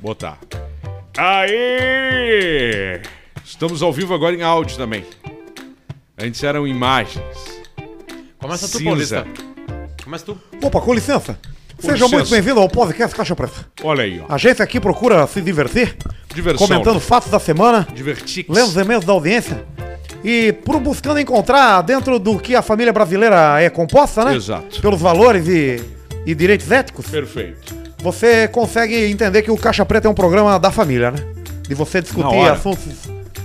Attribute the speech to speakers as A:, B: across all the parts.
A: botar. Aí! Estamos ao vivo agora em áudio também. Antes eram imagens.
B: Começa tu,
A: um Cinza.
B: Paulista. Começa tu.
C: Opa, com licença. Sejam
A: licença.
C: muito bem-vindos ao podcast Caixa Preta.
A: Olha aí, ó.
C: A gente aqui procura se divertir,
A: Diversão.
C: Ah, comentando fatos da semana,
A: Divertix.
C: lendo os e-mails da audiência e pro- buscando encontrar dentro do que a família brasileira é composta, né?
A: Exato.
C: Pelos valores e, e direitos éticos,
A: Perfeito.
C: você consegue entender que o Caixa Preta é um programa da família, né? De você discutir
A: hora.
C: assuntos,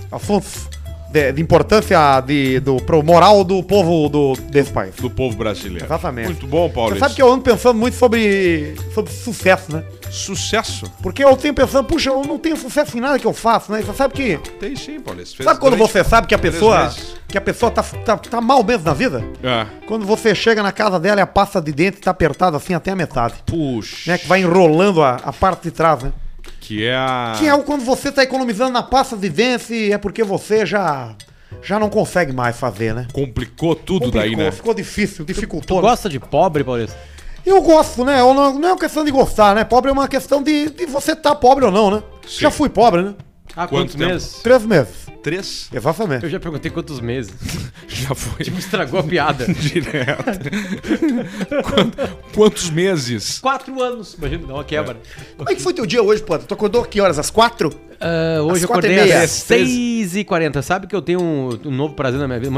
C: assuntos de, de importância de, do, pro moral do povo do, desse país.
A: Do povo brasileiro.
C: Exatamente.
A: Muito bom,
C: Você
A: Paulista.
C: sabe que eu ando pensando muito sobre, sobre sucesso, né?
A: Sucesso.
C: Porque eu tenho pensando, puxa, eu não tenho sucesso em nada que eu faço, né? Você sabe que.
A: Tem sim, Paulista. Fez
C: sabe quando
A: durante-
C: você sabe que a
A: três
C: pessoa.
A: meses.
C: Que a pessoa tá, tá, tá mal mesmo na vida?
A: Ah,
C: Quando você chega na casa dela e a pasta de dente tá apertada assim até a metade.
A: puxa.
C: Né? Que vai enrolando a, a parte de trás, né?
A: Que é a...
C: Que é o quando você tá economizando na pasta de dente, é porque você já. Já não consegue mais fazer, né?
A: Complicou tudo daí,
C: Complicou,
A: né?
C: Ficou difícil, dificultou.
B: Tu
C: né?
B: gosta de pobre, Paulista?
C: Eu gosto, né? Eu não, não é uma questão de gostar, né? Pobre é uma questão de, de você tá pobre ou não, né?
A: Sim.
C: Já fui pobre, né?
A: Quanto
B: Há Ah, quantos
A: tempo?
B: meses?
C: Três meses.
A: Três.
C: Exatamente.
B: Eu já perguntei quantos meses.
A: Já foi
B: Tipo, estragou a piada.
A: direto. Quant- Quantos meses?
B: Quatro anos. Imagina, dá uma quebra.
D: Como é que foi teu dia hoje, Panda? Tu acordou que horas? Às quatro?
B: Ah, hoje
D: É. Às
B: eu
D: quatro e
B: acordei
D: meia.
B: às 6h40. Sabe que eu tenho um, um novo prazer na minha vida?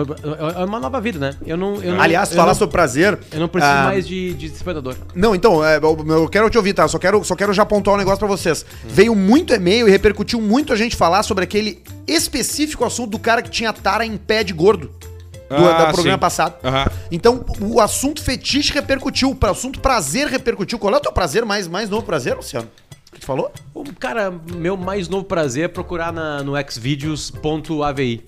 B: É uma nova vida, né? Eu não, eu não-
D: Aliás,
B: eu
D: falar
B: não-
D: sobre prazer.
B: Eu não preciso
D: ah,
B: mais de, de despertador.
D: Não, então, é, eu eu quero te ouvir, tá? Só quero, só quero já pontuar um negócio pra
B: Hum.
D: vocês. Veio muito e-mail e repercutiu muito a gente falar sobre aquele específico assunto do cara que tinha tara em pé de gordo. Do,
A: Ah,
D: da programa
A: sim.
D: passado.
A: Aham.
D: Então, o assunto fetiche repercutiu. O assunto prazer repercutiu. Qual é o teu prazer mais, mais novo prazer, Luciano? Que tu falou?
B: O cara, meu mais novo prazer é procurar na, no xvideos.avi.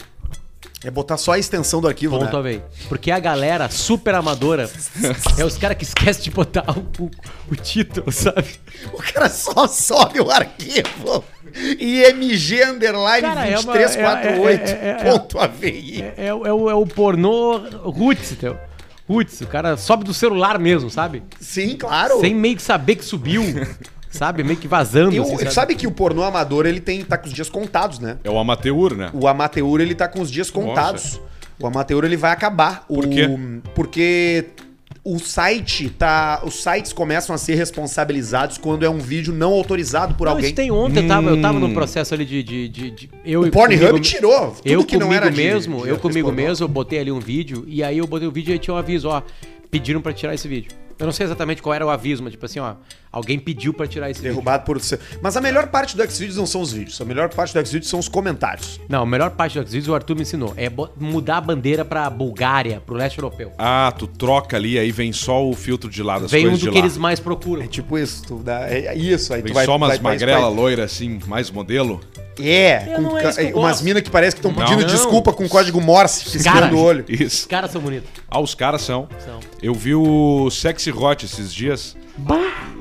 D: É botar só a extensão do arquivo,
B: Ponto
D: né?
B: AVI. Porque a galera super amadora é os caras que esquecem de botar o, o- o título, sabe?
D: O cara só sobe o arquivo. IMG underline
B: Cara, é uma-
D: 2348.
B: é- é- é- é-
D: ponto AVI.
B: É, é o- é o, é o pornô roots, teu. Roots, o cara sobe do celular mesmo, sabe?
D: Sim, claro.
B: Sem meio que saber que subiu, sabe? Meio que vazando.
D: Eu-
B: assim,
D: sabe? que o pornô amador, ele tem, tá com os dias contados, né?
A: É o amateur, né?
D: O amateur, ele tá com os dias contados. O amateur, ele vai acabar. Por
A: quê?
D: Porque o site tá... Os sites começam a ser responsabilizados quando é um vídeo não autorizado por
B: Não,
D: alguém.
B: isso tem ontem, eu, tava, eu tava num processo ali de. de, de, de- eu
D: O
B: e-
D: Pornhub
B: comigo-
D: tirou tudo
B: eu
D: que não
B: comigo
D: era de-
B: mesmo,
D: de
B: eu
D: atriz
B: comigo
D: pornô.
B: mesmo, eu botei ali um vídeo e aí eu botei o vídeo e aí tinha um aviso, ó, pediram pra tirar esse vídeo. Eu não sei exatamente qual era o aviso, mas tipo assim, ó, alguém pediu pra tirar esse vídeo.
D: Derrubado por... Mas a melhor parte do Xvideos não são os vídeos. A melhor parte do Xvideos são os comentários.
B: Não, a melhor parte do vídeos o Arthur me ensinou, é bo- mudar a bandeira pra Bulgária, pro leste europeu.
A: Ah, tu troca ali, aí vem só o filtro de lá, das
B: Vem um
A: coisas
B: do
A: de
B: que
A: lá.
B: eles mais procuram.
D: É tipo isso, tu dá, é é isso aí.
A: Vem
D: tu vai,
A: só umas
D: vai- vai-
A: magrela
D: vai-
A: loira assim, mais modelo.
D: É,
B: É,
D: com
B: não é
D: ca-
B: isso que eu
D: umas
B: gosto.
D: minas que parece que estão
B: Não.
D: pedindo
B: Não.
D: desculpa com código Morse,
B: Cara.
D: piscando o olho.
B: Os
A: Isso.
B: caras são bonitos.
A: Ah, os caras são.
B: São.
A: Eu vi o Sexy Hot esses dias.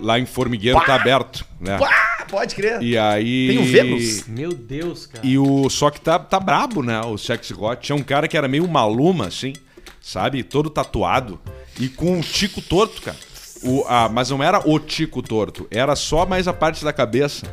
A: Lá em Formigueiro tá aberto, né?
D: Pá, pode crer.
A: E aí.
D: Tem o Vênus?
B: Meu Deus, cara.
A: E o. Só que tá, tá brabo, né? O Sexy Hot. Tinha um cara que era meio maluma, assim, sabe? Todo tatuado. E com um tico torto, cara. O, ah, mas não era o tico torto, era só mais a parte da cabeça.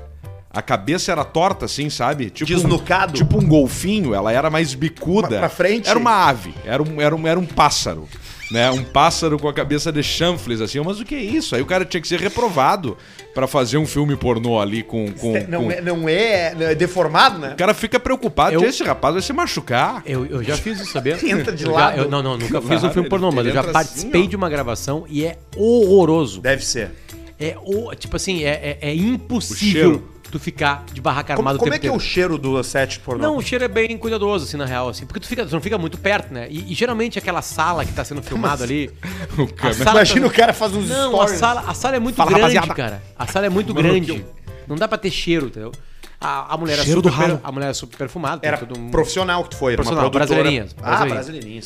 A: A cabeça era torta, assim, sabe? Tipo
D: Desnucado.
A: Um, tipo um golfinho, ela era mais bicuda.
D: Pra- pra frente.
A: Era uma ave, era um, era um, era um pássaro. Né? Um pássaro com a cabeça de chanfles, assim. Mas o que é isso? Aí o cara tinha que ser reprovado pra fazer um filme pornô ali com. com,
D: Não
A: com-
D: é, não é, não é deformado, né?
A: o cara fica preocupado,
B: Eu-
A: esse rapaz vai se machucar.
B: Eu, eu já fiz isso, sabia?
D: Entra de
B: Eu já-
D: lado.
B: eu- não, não, nunca fiz um
A: Claro,
B: filme pornô,
A: ele-
B: mas eu
A: ele
B: já
A: entra
B: participei
A: assim, ó.
B: de uma gravação e é horroroso.
D: Deve ser.
B: É, o, tipo assim, é, é- é
A: O
B: impossível
A: cheiro.
B: tu ficar de barraca
D: Como,
B: armada
D: como
B: o
D: é
B: tempo
D: que é o
B: inteiro.
D: cheiro do set pornô?
B: Não, o cheiro é bem cuidadoso, assim, na real, assim. Porque tu, fica, tu não fica muito perto, né? E, e geralmente aquela sala que tá sendo filmada
A: assim?
B: ali...
A: O
B: a
A: câmera-
B: sala
D: Imagina
B: tá-
D: o cara faz uns
B: Não, a
D: stories.
B: sala, a sala é muito
D: Fala,
B: grande,
D: rapaziada.
B: cara. A sala é muito
A: Mano,
B: grande.
A: que
B: Não dá pra ter cheiro, entendeu? A, a mulher
A: Cheiro
B: é super...
A: do ralo.
B: a mulher é super perfumada. tem
D: Era
B: todo um-
D: profissional que tu foi, era uma
B: Profissional,
D: produtora.
B: brasileirinhas,
D: Ah,
B: brasileirinhas.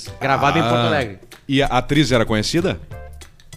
D: brasileirinhas.
B: Gravada em Porto
A: Ah.
B: Alegre.
A: E a atriz era conhecida?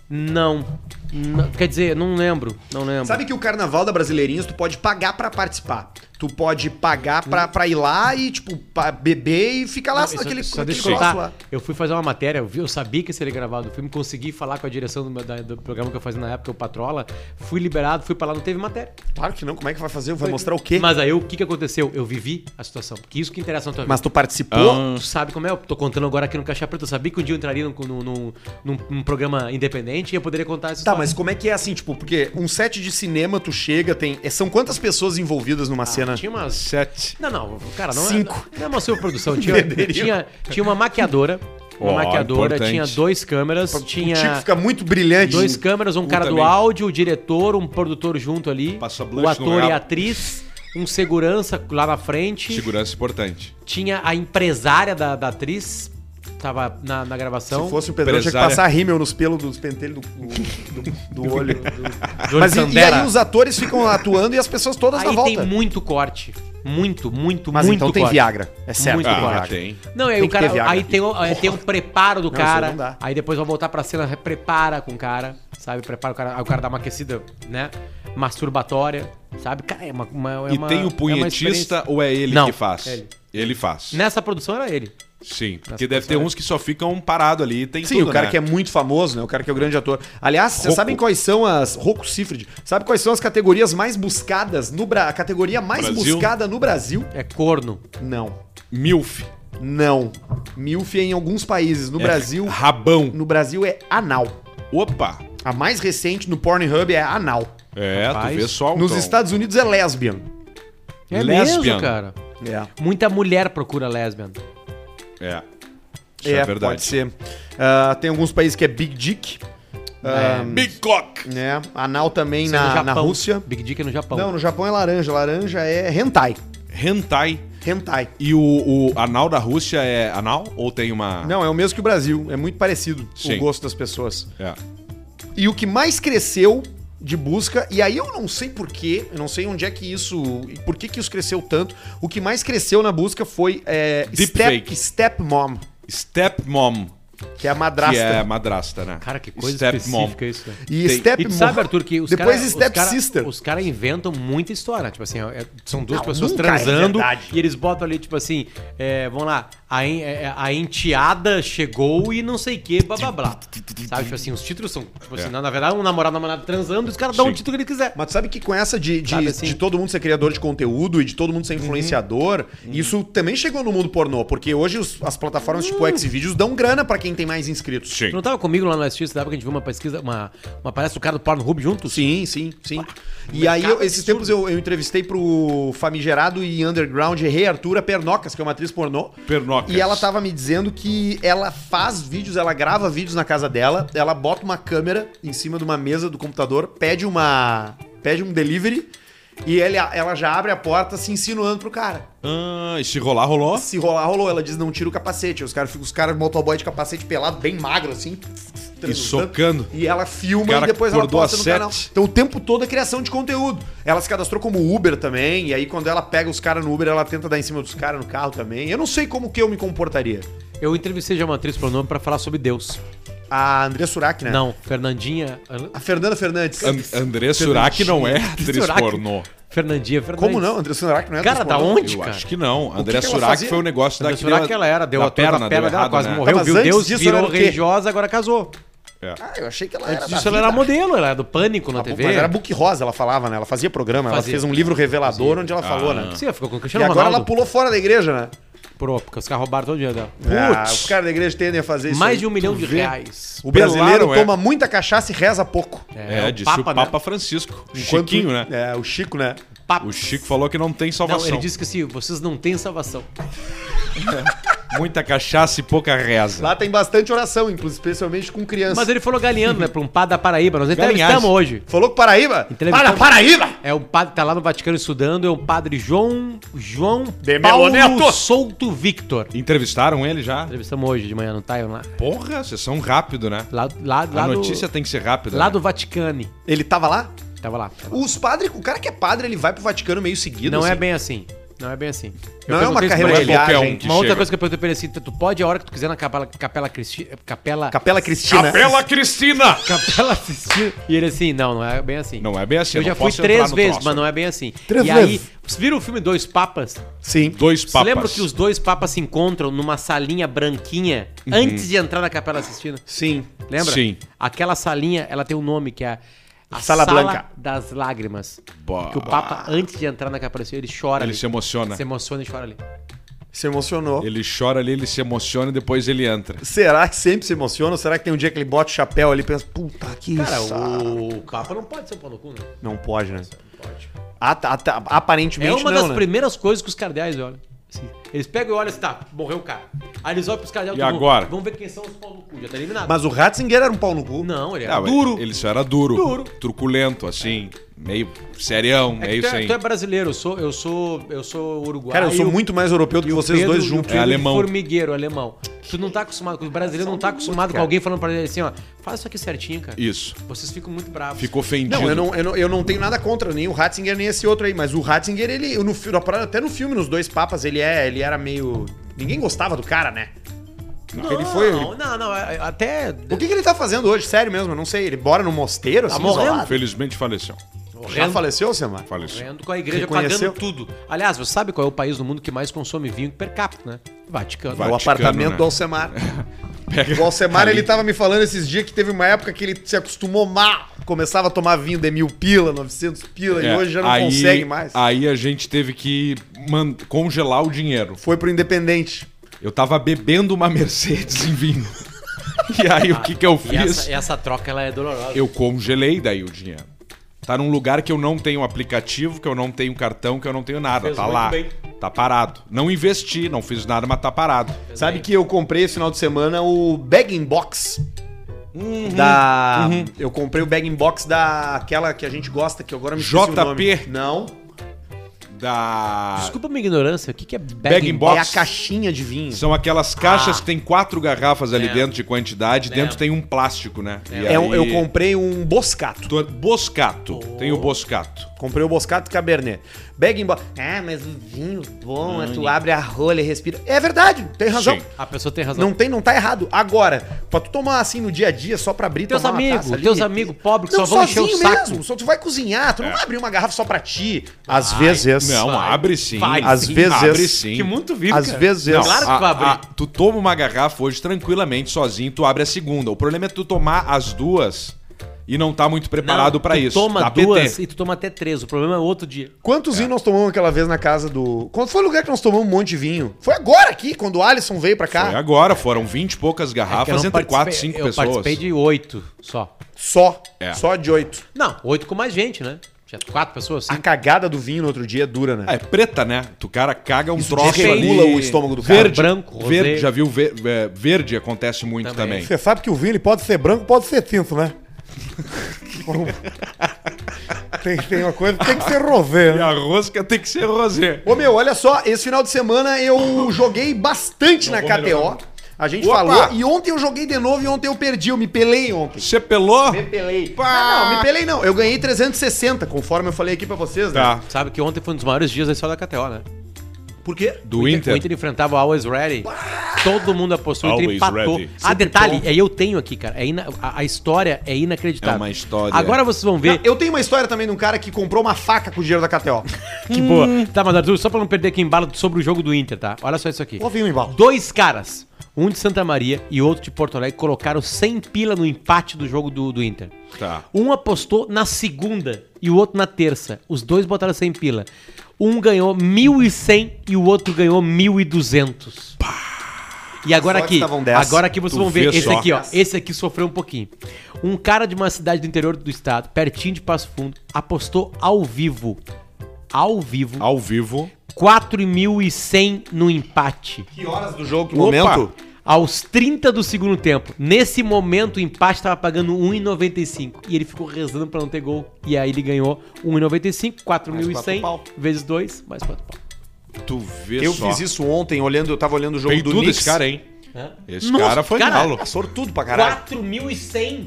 B: Não. Não, Quer dizer, não lembro. Não lembro.
D: Sabe que o carnaval da Brasileirinhas tu pode pagar pra participar. Tu Tu pode pagar pra, pra ir lá e, tipo, pa- beber e ficar lá
B: Não, é
D: naquele,
B: só, só
D: naquele
B: deixa eu
D: troço
B: contar. Eu fui fazer uma matéria, eu, vi- eu sabia que seria gravado o filme, consegui falar com a direção do, meu- da- do programa que eu fazia na época, o Patrola, fui liberado, fui pra lá, não teve matéria.
D: Claro que não, como é que vai fazer? Vai mostrar o quê?
B: Mas aí o que, que aconteceu? Eu vivi a situação, porque isso que interessa na tua vida.
D: tu participou?
B: Tu sabe como é? Eu tô contando agora aqui no Caixa Preta. Eu sabia que um dia eu entraria num, num- num- num- num programa independente e eu poderia contar essa
D: Tá,
B: história.
D: mas como é que é assim, tipo, porque um set de cinema tu chega, tem. é, São quantas pessoas envolvidas numa
B: Ah,
D: cena?
B: Tinha umas
A: Sete.
B: Não, não, cara, não
D: Cinco.
B: é. Não é uma superprodução. Tinha, tinha, tinha uma maquiadora. Uma
A: Ó,
B: maquiadora,
A: importante.
B: tinha dois câmeras,
D: O Tico
B: tinha
D: fica muito brilhante.
B: dois câmeras, um cara do
A: também.
B: áudio, o diretor, um produtor junto ali,
A: Passa blush
B: o
A: no
B: ator e
A: rabo.
B: a atriz, um segurança lá na frente,
A: Segurança importante.
B: tinha a empresária da, da atriz, tava na, na gravação.
D: Se fosse o Pedrão, tinha que
A: Empresária.
D: passar rímel nos pelos dos pentelhos do, do, do- do olho.
B: Johnny
D: Mas e, e
B: Sandera.
D: aí os atores ficam atuando e as pessoas todas na
B: Aí
D: volta.
B: tem muito corte. Muito, muito,
D: Mas
B: muito
D: então tem
B: corte.
D: Viagra. É certo.
B: Muito
D: tem
B: corte.
D: Viagra.
A: Ah, tem.
B: Não, e aí
D: Tem
B: o
D: que
B: cara.
D: ter Viagra.
B: Aí tem, o- aí tem o preparo do
D: Não,
B: cara.
D: isso não dá.
B: aí depois vai voltar pra cena, re- prepara com o cara, sabe? Prepara o cara. Aí o cara dá uma aquecida, né? Masturbatória, sabe? Cara, é uma. uma- é
A: E
B: uma- é
A: tem
B: uma
A: o punhetista
B: experiência.
A: ou é ele
B: Não,
A: que faz?
B: ele.
A: Ele, faz.
D: Né?
B: Nessa produção era ele.
A: Sim, porque deve ter uns que só ficam parado ali e tem
D: Sim,
A: tudo,
D: o cara
A: né?
D: que é muito famoso, né? O cara que é o grande ator. Aliás, vocês
A: Rocco.
D: sabem quais são as. Rocco Sifrid. Sabe quais são as categorias mais buscadas no Brasil? A categoria mais
A: Brasil?
D: buscada no Brasil?
B: É corno.
D: Não.
A: Milf.
D: Não. Milf é em alguns países. No
A: É
D: Brasil.
A: Rabão.
D: No Brasil é anal.
A: Opa.
D: A mais recente no Pornhub é anal.
A: É,
B: Rapaz.
A: tu vê só o
D: Nos
A: tom.
D: Estados Unidos é lesbian.
B: É mesmo,
A: Lesbian.
B: cara.
D: É.
B: Muita mulher procura lesbian.
A: É. Isso
D: É,
A: é,
D: pode
A: verdade.
D: ser. Ah, tem alguns países que é Big Dick. Ah,
A: Big Cock.
D: né? Anal também
B: Isso é
D: na, na
B: Japão.
D: Rússia.
B: Big Dick é no Japão.
D: Não, no Japão é laranja. Laranja é hentai.
A: Hentai.
D: Hentai.
A: E o, o anal da Rússia é anal ou tem uma...
D: Não, é o mesmo que o Brasil. É muito parecido o
A: Sim.
D: gosto das pessoas.
A: É.
D: E o que mais cresceu de busca, e aí eu não sei porquê, eu não sei onde é que isso. Por que, que isso cresceu tanto. O que mais cresceu na busca foi é, step,
A: Deepfake.
D: Stepmom,
A: Stepmom,
D: que é a madrasta.
A: que é madrasta, né?
B: Cara, que coisa
A: Stepmom.
B: específica isso, né?
D: E
A: Tem-
D: Step
B: E tu sabe, Arthur, que os
D: Depois
B: cara- os
D: Step
B: cara-
D: Sister.
B: Os caras inventam muita história. né? Tipo assim, é- são duas
D: Não,
B: pessoas
D: nunca é
B: transando
D: verdade.
B: e eles botam ali, tipo assim, é, vamos lá, a, en- é, a enteada chegou e não sei o que, blá blá blá. Sabe, tipo assim, os títulos são, tipo assim,
A: É.
B: na, na verdade, um namorado, namorado transando e os caras dão
A: Sim.
B: o título que ele quiser.
D: Mas tu sabe que com essa de, de,
B: Sabe, assim?
D: de todo mundo ser criador de conteúdo e de todo mundo ser influenciador, isso também chegou no mundo pornô, porque hoje os- as plataformas tipo Xvideos dão grana pra quem tem mais inscritos.
A: Sim.
B: Tu não tava comigo lá no SX, da época que a gente viu uma pesquisa, uma, uma palestra do cara do Pornhub juntos?
D: Sim, sim, sim. E aí, eu- esses tempos eu, eu entrevistei pro famigerado e underground Rei Artura Pernocas, que é uma atriz pornô.
A: Pernocas.
D: E ela tá- tava me dizendo que ela faz vídeos, ela grava vídeos na casa dela, ela bota uma câmera em cima de uma mesa do computador, pede uma. pede um delivery e ele, ela já abre a porta se insinuando pro cara.
A: Ah, e se rolar, rolou?
D: Se rolar, rolou. Ela diz, não tira o capacete. Os caras ficam, os caras motoboy de capacete pelado, bem magro, assim. transando.
A: socando.
D: E ela
A: O
D: filma e
A: cara
D: depois ela
A: acordou
D: posta no
A: às
D: canal.
A: sete.
D: Então o tempo todo é criação de conteúdo. Ela se cadastrou como Uber também. E aí quando ela pega os caras no Uber, ela tenta dar em cima dos caras no carro também. Eu não sei como que eu me comportaria.
B: Eu entrevistei já uma atriz pornô pra falar sobre Deus.
D: A André Surak, né?
B: Não, Fernandinha...
D: A Fernanda Fernandes.
A: And André Surak não é atriz
B: Surak.
A: pornô.
B: Fernandinha Fernandes.
D: Como não? André Surak não é
B: Cara, da
D: transformador.
B: onde?
A: Eu
B: cara.
A: acho que não.
D: que
A: André
D: que ela
A: Surak
D: fazia?
A: foi um negócio
B: Será
A: da
B: que ela era? Deu
A: da
B: a perna,
A: perna,
B: a perna
A: deu
B: dela,
A: errado,
B: quase
A: né?
B: morreu,
D: Mas
B: viu
D: antes
B: Deus,
D: disso
B: virou
D: era o quê?
B: religiosa, agora casou.
A: É.
D: Ah, eu achei que ela
B: Antes
D: era
B: disso
D: da
B: ela era
D: vida.
B: modelo, ela era do Pânico na TV.
D: Mas era Book Rosa, ela falava, né? Ela fazia programa,
B: Fazia.
D: ela fez um livro revelador onde ela falou, né?
A: Ah.
B: Sim, ela ficou com o
D: E
B: Cristiano
D: agora
B: Ronaldo.
D: ela pulou fora da igreja, né?
B: Pro, porque os caras roubaram todo o dinheiro dela.
D: Ah, os caras da igreja tendem a fazer isso.
B: Mais
D: aí.
B: de um milhão de
D: vê?
B: reais.
D: O brasileiro
A: Pelado, é.
D: toma muita cachaça e reza pouco.
A: É,
B: o
A: disse o Papa,
B: né?
A: Francisco.
D: Enquanto-
A: Chiquinho, né?
D: É, o Chico, né?
B: Papa.
A: O Chico falou que não tem
B: Não,
A: salvação.
B: ele disse que assim, vocês não têm salvação.
A: Muita cachaça e pouca reza.
D: Lá tem bastante oração, inclusive, especialmente com criança.
B: Mas ele falou galeando, né? Pra um padre da Paraíba. Nós
A: Galinhagem.
B: entrevistamos hoje.
D: Falou com Paraíba?
B: Entrevistamos-
D: Para Paraíba!
B: É um padre que tá lá no Vaticano estudando, é o padre João. João
D: De Meloneto.
B: Souto Victor.
A: Entrevistaram ele já?
B: Entrevistamos hoje de manhã, não tá? Eu Lá,
A: Porra, vocês são rápido, né?
B: lá, lá, lá
A: a
B: do-
D: tá
A: notícia tem que ser rápida.
B: Lá
A: né?
B: do Vaticano.
D: Ele tava lá?
B: Tava lá. Tava lá.
D: Os padres, o cara que é padre, ele vai pro Vaticano meio seguido.
B: Não é
D: assim.
B: bem assim. Não é bem assim.
D: Não é uma
B: perguntei isso pra
D: carreira
A: de
B: ele.
A: qualquer
D: viagem.
A: um que
B: Uma outra
A: chega.
B: coisa que eu perguntei pra ele assim, tu pode a hora que tu quiser na Capela Capela Cristi, Capela
D: Capela Cristina.
A: Capela Cristina!
B: Capela assistir. E ele assim, não, não é bem assim.
A: Não é bem assim,
B: Eu
A: não
B: já fui
A: posso entrar
B: três
A: no
B: vezes,
A: troço.
B: mas não é bem assim.
C: Três
B: e aí,
C: vezes.
B: vocês viram o filme Dois Papas?
D: Sim.
A: Dois
B: Vocês
A: papas.
B: lembram que os dois papas se encontram numa salinha branquinha antes de entrar na Capela Sistina?
D: Sim.
B: Lembra?
A: Uhum. Sim.
B: Aquela salinha, ela tem um nome que é a
D: Sala Blanca.
B: das Lágrimas.
A: Bah.
B: Que o Papa, antes de entrar na Capela Sistina, ele chora
A: Ele
B: ali.
A: se emociona.
B: Se emociona e chora ali.
D: Se emocionou.
A: Ele chora ali, ele se emociona e depois ele entra.
D: Será que sempre se emociona? Ou será que tem um dia que ele bota o chapéu ali e pensa, puta que
B: Cara,
D: isso?
B: o Papa não pode ser um pau no cu, né?
D: Não pode, né?
B: Pode.
D: Ata- ata- aparentemente
B: É uma
D: não,
B: das
D: né?
B: primeiras coisas que os cardeais olham. Assim, eles pegam e olham assim, tá, morreu o cara. Aí eles olham pros cardeais
A: E
B: vão-
A: agora?
B: Vamos ver quem são os pau no cu, já tá eliminado.
D: Mas o Ratzinger era um pau no cu.
B: Não, ele é
A: Ah, mas
B: duro.
A: Ele só era duro.
B: Duro.
A: Truculento, assim. Meio serião,
B: É que
A: meio
B: tu, é,
A: sem.
B: tu é brasileiro, eu sou, eu sou, eu sou uruguaio.
D: Cara, eu sou
B: e o
D: muito mais europeu do que vocês
B: Pedro-
D: dois
B: e o
D: juntos.
B: Pedro
A: É alemão.
B: Formigueiro, alemão. Tu não tá acostumado, o brasileiro não tá acostumado com alguém falando pra ele assim, ó, faz isso aqui certinho, cara.
A: Isso.
B: Vocês ficam muito bravos.
A: Ficou ofendido.
D: Não eu, não, eu não, eu não tenho nada contra nem o Ratzinger nem esse outro aí, mas o Ratzinger, ele, eu no, fi- na parada, até no filme, nos dois papas, ele é, ele era meio. Ninguém gostava do cara, né?
B: Não,
D: Ele foi-
B: Não, não, não, é- é- até...
D: O que, que ele tá fazendo hoje? Sério mesmo, eu não sei. Ele mora num mosteiro,
A: tá
D: assim,
B: Tá morrendo.
D: isolado?
A: Infelizmente faleceu.
D: Já faleceu, Semar?
A: Faleceu.
B: Vendo com a igreja
D: Reconheceu?
B: pagando tudo. Aliás, você sabe qual é o país do mundo que mais consome vinho per capita, né? Vaticano.
A: Vaticano,
D: o apartamento
A: né?
D: do Alcemar.
A: Pega-
D: O Alcemar,
A: tá
D: ele
A: ali.
D: tava me falando esses dias que teve uma época que ele se acostumou mal. Começava a tomar vinho de mil pila, 900 pila, e
A: É,
D: hoje já não
A: aí-
D: consegue mais.
A: Aí a gente teve que man- congelar o dinheiro.
D: Foi pro Independente.
A: Eu tava bebendo uma Mercedes em vinho. Ah, e aí o que que eu
B: E
A: fiz?
B: essa, essa troca, ela é dolorosa.
A: Eu congelei daí o dinheiro. Tá num lugar que eu não tenho aplicativo, que eu não tenho cartão, que eu não tenho nada.
B: Fez
A: tá
B: muito
A: lá.
B: bem.
A: Tá parado. Não investi, não fiz nada, mas tá parado.
D: Sabe que eu comprei esse final de semana o Bagging Box. Uhum. Da. Eu comprei o Bagging Box da. Aquela que a gente gosta, que agora me
A: JP.
D: Não. é
A: Da.
B: Desculpa a minha ignorância, o que que é
A: Bag in box.
D: É a caixinha de vinho.
A: São aquelas caixas que tem quatro garrafas ali
B: Lembro.
A: dentro de quantidade. Dentro
B: Lembro.
A: tem um plástico, né? E
D: É um-
A: aí-
D: eu comprei um Boscato.
A: Tô- Boscato. Tem o Boscato.
D: Comprei o Boscato Cabernet. Bagging Box. Ah, mas o vinho bom, é tu abre a rolha e respira. É verdade, tem razão.
A: Hum. Sim.
B: A pessoa tem razão.
D: Não tem, não tá errado. Agora, pra tu tomar assim no dia a dia, só pra abrir,
B: Teus
D: tomar uma
B: amigos,
D: taça ali,
B: teus amigos pobres que
D: Não,
B: só vão encher o
D: sozinho
B: saco.
D: mesmo. Só tu vai cozinhar, tu não vai abrir uma garrafa só pra ti. Às vezes.
A: É. Não,
B: Vai.
A: abre sim.
B: Vai
D: Às
A: sim.
D: vezes.
A: Abre sim.
B: muito vivo,
D: Às vezes.
A: Não,
B: Claro que
A: a-
B: tu abre.
A: a- tu toma uma garrafa hoje tranquilamente, sozinho, tu abre a segunda. O problema é tu tomar as duas e não tá muito preparado pra
B: tu
A: isso.
B: toma
A: Dá PT.
B: duas e tu toma até três. O problema é outro dia.
D: Quantos vinhos nós tomamos aquela vez na casa do. Quando foi o lugar que nós tomamos um monte de vinho? Foi agora aqui, quando o Alisson veio pra cá.
A: Foi agora, foram 20 e poucas garrafas
B: tá. É que eu não
A: entre 4 e
B: participei-
A: 5
B: Eu
A: pessoas.
B: participei de oito só.
D: Só.
A: É.
D: Só de oito.
B: Não, oito com mais gente, né? Tinha quatro pessoas,
D: A
B: cinco.
D: cagada do vinho no outro dia é dura, né?
A: Ah, é preta, né? Tu cara caga um troço
D: desregula
A: ali.
D: o estômago do cara.
A: verde,
B: Branco, rosé.
A: verde, já viu? Ver- é, verde acontece muito também.
B: Também.
C: Você sabe que o vinho ele pode ser branco, pode ser cinto, né? tem, tem uma coisa que tem que ser rosé.
A: E
C: né?
A: a rosca tem que ser rosé.
D: Ô meu, olha só, esse final de semana eu joguei bastante na KTO. A gente
A: Opa!
D: falou. E ontem eu joguei de novo e ontem eu perdi. Eu me pelei ontem.
A: Você pelou?
D: Me pelei.
A: Pá!
D: Não, não, me pelei não. Eu ganhei 360, conforme eu falei aqui pra vocês,
A: Tá.
D: né?
B: Sabe que ontem foi um dos maiores dias da história da KTO, né?
D: Por quê?
A: Do
B: O
A: Inter.
B: O Inter enfrentava o Always Ready. Todo mundo apostou, o Inter
A: Always
B: empatou.
A: ready.
B: Ah, detalhe, aí eu tenho aqui, cara. É ina- a, a história é inacreditável.
A: É uma história.
B: Agora vocês vão
D: Não,
B: ver.
D: eu tenho uma história também de um cara que comprou uma faca com o dinheiro da KTO.
B: Que boa. Tá, mas Arthur, só pra não perder aqui embalo sobre o jogo do Inter, tá? Olha só isso aqui.
C: Ouvi um embalo.
B: Dois caras, um de Santa Maria e outro de Porto Alegre, colocaram 100 pila no empate do jogo do, do Inter.
A: Tá.
B: Um apostou na segunda e o outro na terça. Os dois botaram 100 pila. Um ganhou 1.100 e o outro ganhou 1.200. E agora
D: Só
B: aqui,
D: que estavam dessa.
B: agora aqui vocês
A: Tu
B: vão ver
A: vê
B: esse
A: só.
B: aqui, ó. Esse aqui sofreu um pouquinho. Um cara de uma cidade do interior do estado, pertinho de Passo Fundo, apostou ao vivo. Ao vivo.
A: Ao vivo.
B: 4.100 no empate.
D: Que horas do jogo? Que
A: Opa!
D: momento?
B: Aos 30 do segundo tempo. Nesse momento, o empate tava pagando 1,95. E ele ficou rezando pra não ter gol. E aí ele ganhou 1,95,
D: quatro
B: 4.100
D: pau.
B: vezes 2, mais 4 pau.
A: Tu vê
D: Eu
A: só.
D: fiz isso ontem, olhando, eu tava olhando o jogo
A: Tem
D: do
A: tudo
D: Knicks.
A: esse cara, hein?
B: Hã?
A: Esse
B: Nossa,
A: cara foi
B: cara,
A: galo.
D: Ah, sortudo pra caralho.
B: 4.100.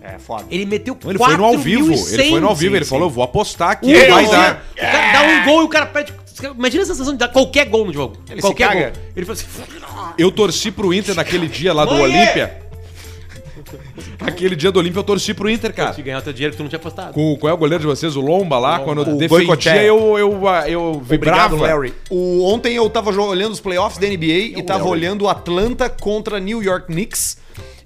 D: É, foda.
B: Ele meteu 4.100.
A: Ele foi no ao vivo. Ele foi no ao vivo. ele
B: Sim,
A: falou, eu vou apostar que
D: né?
B: sim. Um
A: vai
B: golzinho.
A: dar.
B: O cara dá um gol e o cara pede Imagina a sensação de dar qualquer gol no jogo.
D: Ele
B: qualquer
D: se caga.
B: gol. Ele fala assim.
A: Eu torci pro Inter naquele dia lá do
B: Mãe!
A: Olímpia. Aquele dia do Olímpia eu torci pro Inter, cara.
B: Se ganhar o teu dinheiro que tu não tinha apostado.
A: Com, qual é o goleiro de vocês? O Lomba lá, quando eu
D: O
A: defendia,
D: Goicoechea.
A: eu, eu, eu vibrava.
D: Obrigado, Larry. O, ontem eu tava jo- olhando os playoffs da NBA e tava olhando o Atlanta contra New York Knicks.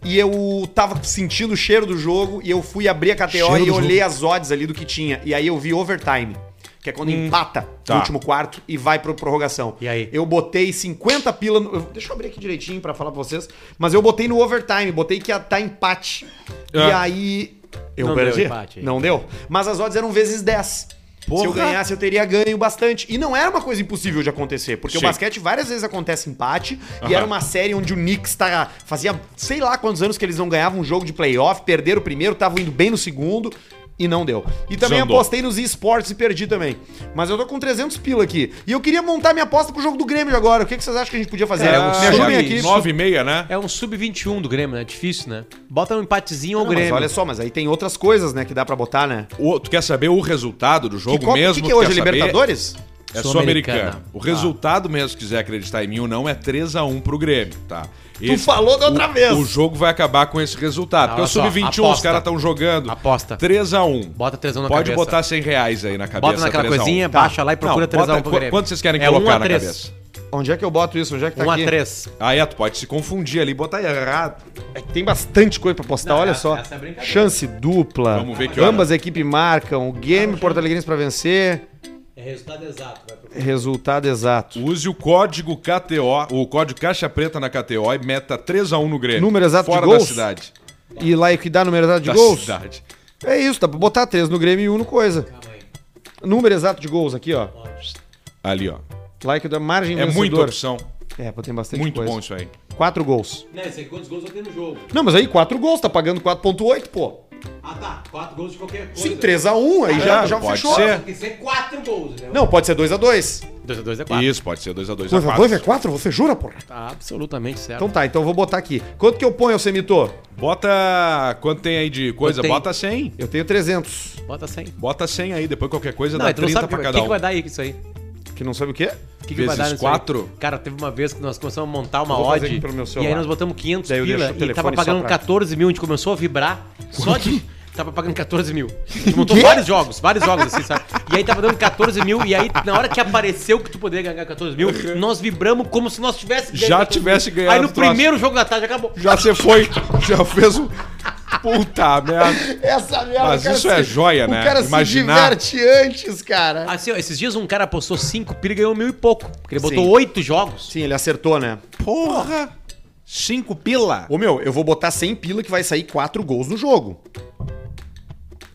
D: E eu tava sentindo o cheiro do jogo e eu fui abrir a KTO
A: Cheiro
D: e
A: do
D: olhei as odds ali do que tinha. E aí eu vi overtime, que é quando empata
A: Tá.
D: no último quarto e vai pra prorrogação.
B: E aí?
D: Eu botei 50 pila. No, eu- deixa eu abrir aqui direitinho pra falar pra vocês. Mas eu botei no overtime, botei que ia tá empate. E
A: É.
D: aí. Eu
B: Não deu
D: perdi.
B: empate.
D: não deu. Mas as odds eram vezes 10. Se eu
A: Porra!
D: ganhar se eu teria ganho bastante. E não era uma coisa impossível de acontecer, porque o
A: Sim.
D: basquete várias vezes acontece empate,
A: Aham.
D: e era uma série onde o Knicks tá, fazia sei lá quantos anos que eles não ganhavam um jogo de playoff, perderam o primeiro, estavam indo bem no segundo, e não deu. E também
A: Desandou.
D: apostei nos esportes e perdi também. Mas eu tô com 300 pila aqui. E eu queria montar minha aposta pro jogo do Grêmio agora. O que, que vocês acham que a gente podia fazer?
B: Cara,
D: Me
B: é um
D: ajudem
B: sub-
D: Ah, aqui.
B: nove-
A: 9 e meia, né?
B: É um sub-21 do Grêmio, né? Difícil, né? Bota um empatezinho ao
D: Não, mas
B: Grêmio.
D: olha só, mas aí tem outras coisas, né, que dá pra botar, né?
A: O- tu quer saber o resultado do jogo
D: que, Copa-
A: mesmo?
D: que, que é
A: tu
D: hoje?
A: quer saber-
D: Libertadores?
A: É
B: Sul-Americana.
A: Sul-Americana. O
B: Tá.
A: resultado mesmo, se quiser acreditar em mim ou não, é 3x1 pro Grêmio, tá?
D: Tu falou da outra
A: o,
D: vez.
A: O jogo vai acabar com esse resultado.
B: Não,
A: Porque o
B: olha só,
A: Sub-21, os
B: aposta.
A: caras estão jogando.
B: Aposta.
A: 3x1.
B: Bota 3x1 na
A: Pode
B: cabeça.
A: botar 100 reais aí na cabeça.
B: Bota naquela
A: 3x1.
B: coisinha,
A: Tá.
B: baixa lá e procura
A: Não,
B: 3x1
A: bota-
B: pro Grêmio.
A: Quanto vocês querem
B: É um
A: colocar
B: a
A: na
B: três.
A: cabeça?
D: Onde é que eu boto isso? Onde é que tá
B: 1
D: aqui?
B: a 3.
A: Ah, é, tu pode se confundir ali e botar errado.
D: É que tem bastante coisa pra postar,
B: Não,
D: olha
B: essa-
D: só.
B: essa é brincadeira.
D: Chance dupla.
A: Vamos ver que
D: Ambas equipes marcam. O game Porto Alegrense pra vencer.
B: É resultado exato. Vai procurar.
D: Resultado exato.
A: Use o código KTO, o código Caixa Preta na KTO e meta 3x1 no Grêmio.
D: Número exato de
A: Fora
D: gols?
A: da cidade.
D: E lá é que dá número exato de
A: da
D: gols.
A: cidade.
D: É isso, dá pra botar três no Grêmio e um no coisa.
B: Calma aí.
D: Número exato de gols aqui, ó.
A: Ali, ó.
D: Like da margem
A: É muita
D: vencedora.
A: opção.
D: É, pô, tem bastante
A: Muito
D: coisa.
A: bom isso aí.
D: Quatro gols.
B: Não, isso aí Né, quantos gols eu tenho no jogo?
D: Não, mas aí quatro gols, tá pagando 4.8, pô.
B: Ah tá, 4 gols de qualquer coisa.
D: Sim, 3x1, aí já,
A: Caralho,
D: já
A: pode
D: fechou.
A: ser.
B: que ser 4 gols, né?
D: Não, pode ser 2x2.
B: 2x2 é 4.
A: Isso, pode ser 2x2.
D: 2x2 é 4? Você jura, porra?
B: Tá absolutamente certo.
D: Então tá, então eu vou botar aqui. Quanto que eu ponho, Semitor?
A: Bota. Quanto tem aí de coisa?
B: Quanto tem?
A: Bota 100.
D: Eu tenho 300.
B: Bota 100.
A: Bota 100 aí, depois qualquer coisa
B: Não,
A: Então, dá
B: mas
A: 30
B: tu não sabe o
A: pra
B: que,
A: cada
B: que
A: um.
B: que vai dar aí com isso aí.
D: Que não sabe o quê?
B: O que, que
A: Vezes
B: vai dar nisso
A: quatro?
B: aí? Cara, teve uma vez que nós começamos a montar
D: Eu
B: uma
D: vou fazer
B: odd
D: aqui pelo meu
B: e
D: celular.
B: aí nós botamos 500
D: Daí eu
B: pila
D: deixo o
B: e
D: telefone
B: tava
D: só
B: pagando
D: pra-
B: 14 mil, a gente começou a vibrar só de... Tava pagando 14 mil. A gente montou vários jogos, vários jogos assim, sabe? E aí tava dando 14 mil e aí na hora que apareceu que tu poderia ganhar 14 mil,
D: Uhum.
B: nós vibramos como se nós tivéssemos
A: Já tivesse ganhado
B: Aí no
A: o troço.
B: primeiro jogo da tarde acabou.
A: Já você foi. Já fez um. Puta merda.
D: Essa merda,
A: Mas
D: o cara
A: isso é joia, né?
D: O cara
A: Imaginar.
D: se diverte antes, cara.
B: Assim, ó, esses dias um cara apostou 5 pila e ganhou mil e pouco. Porque ele botou
D: Sim.
B: 8 jogos.
D: Sim, ele acertou, né?
A: Porra! 5 pila?
D: Ô, meu, eu vou botar 100 pila que vai sair 4 gols no jogo.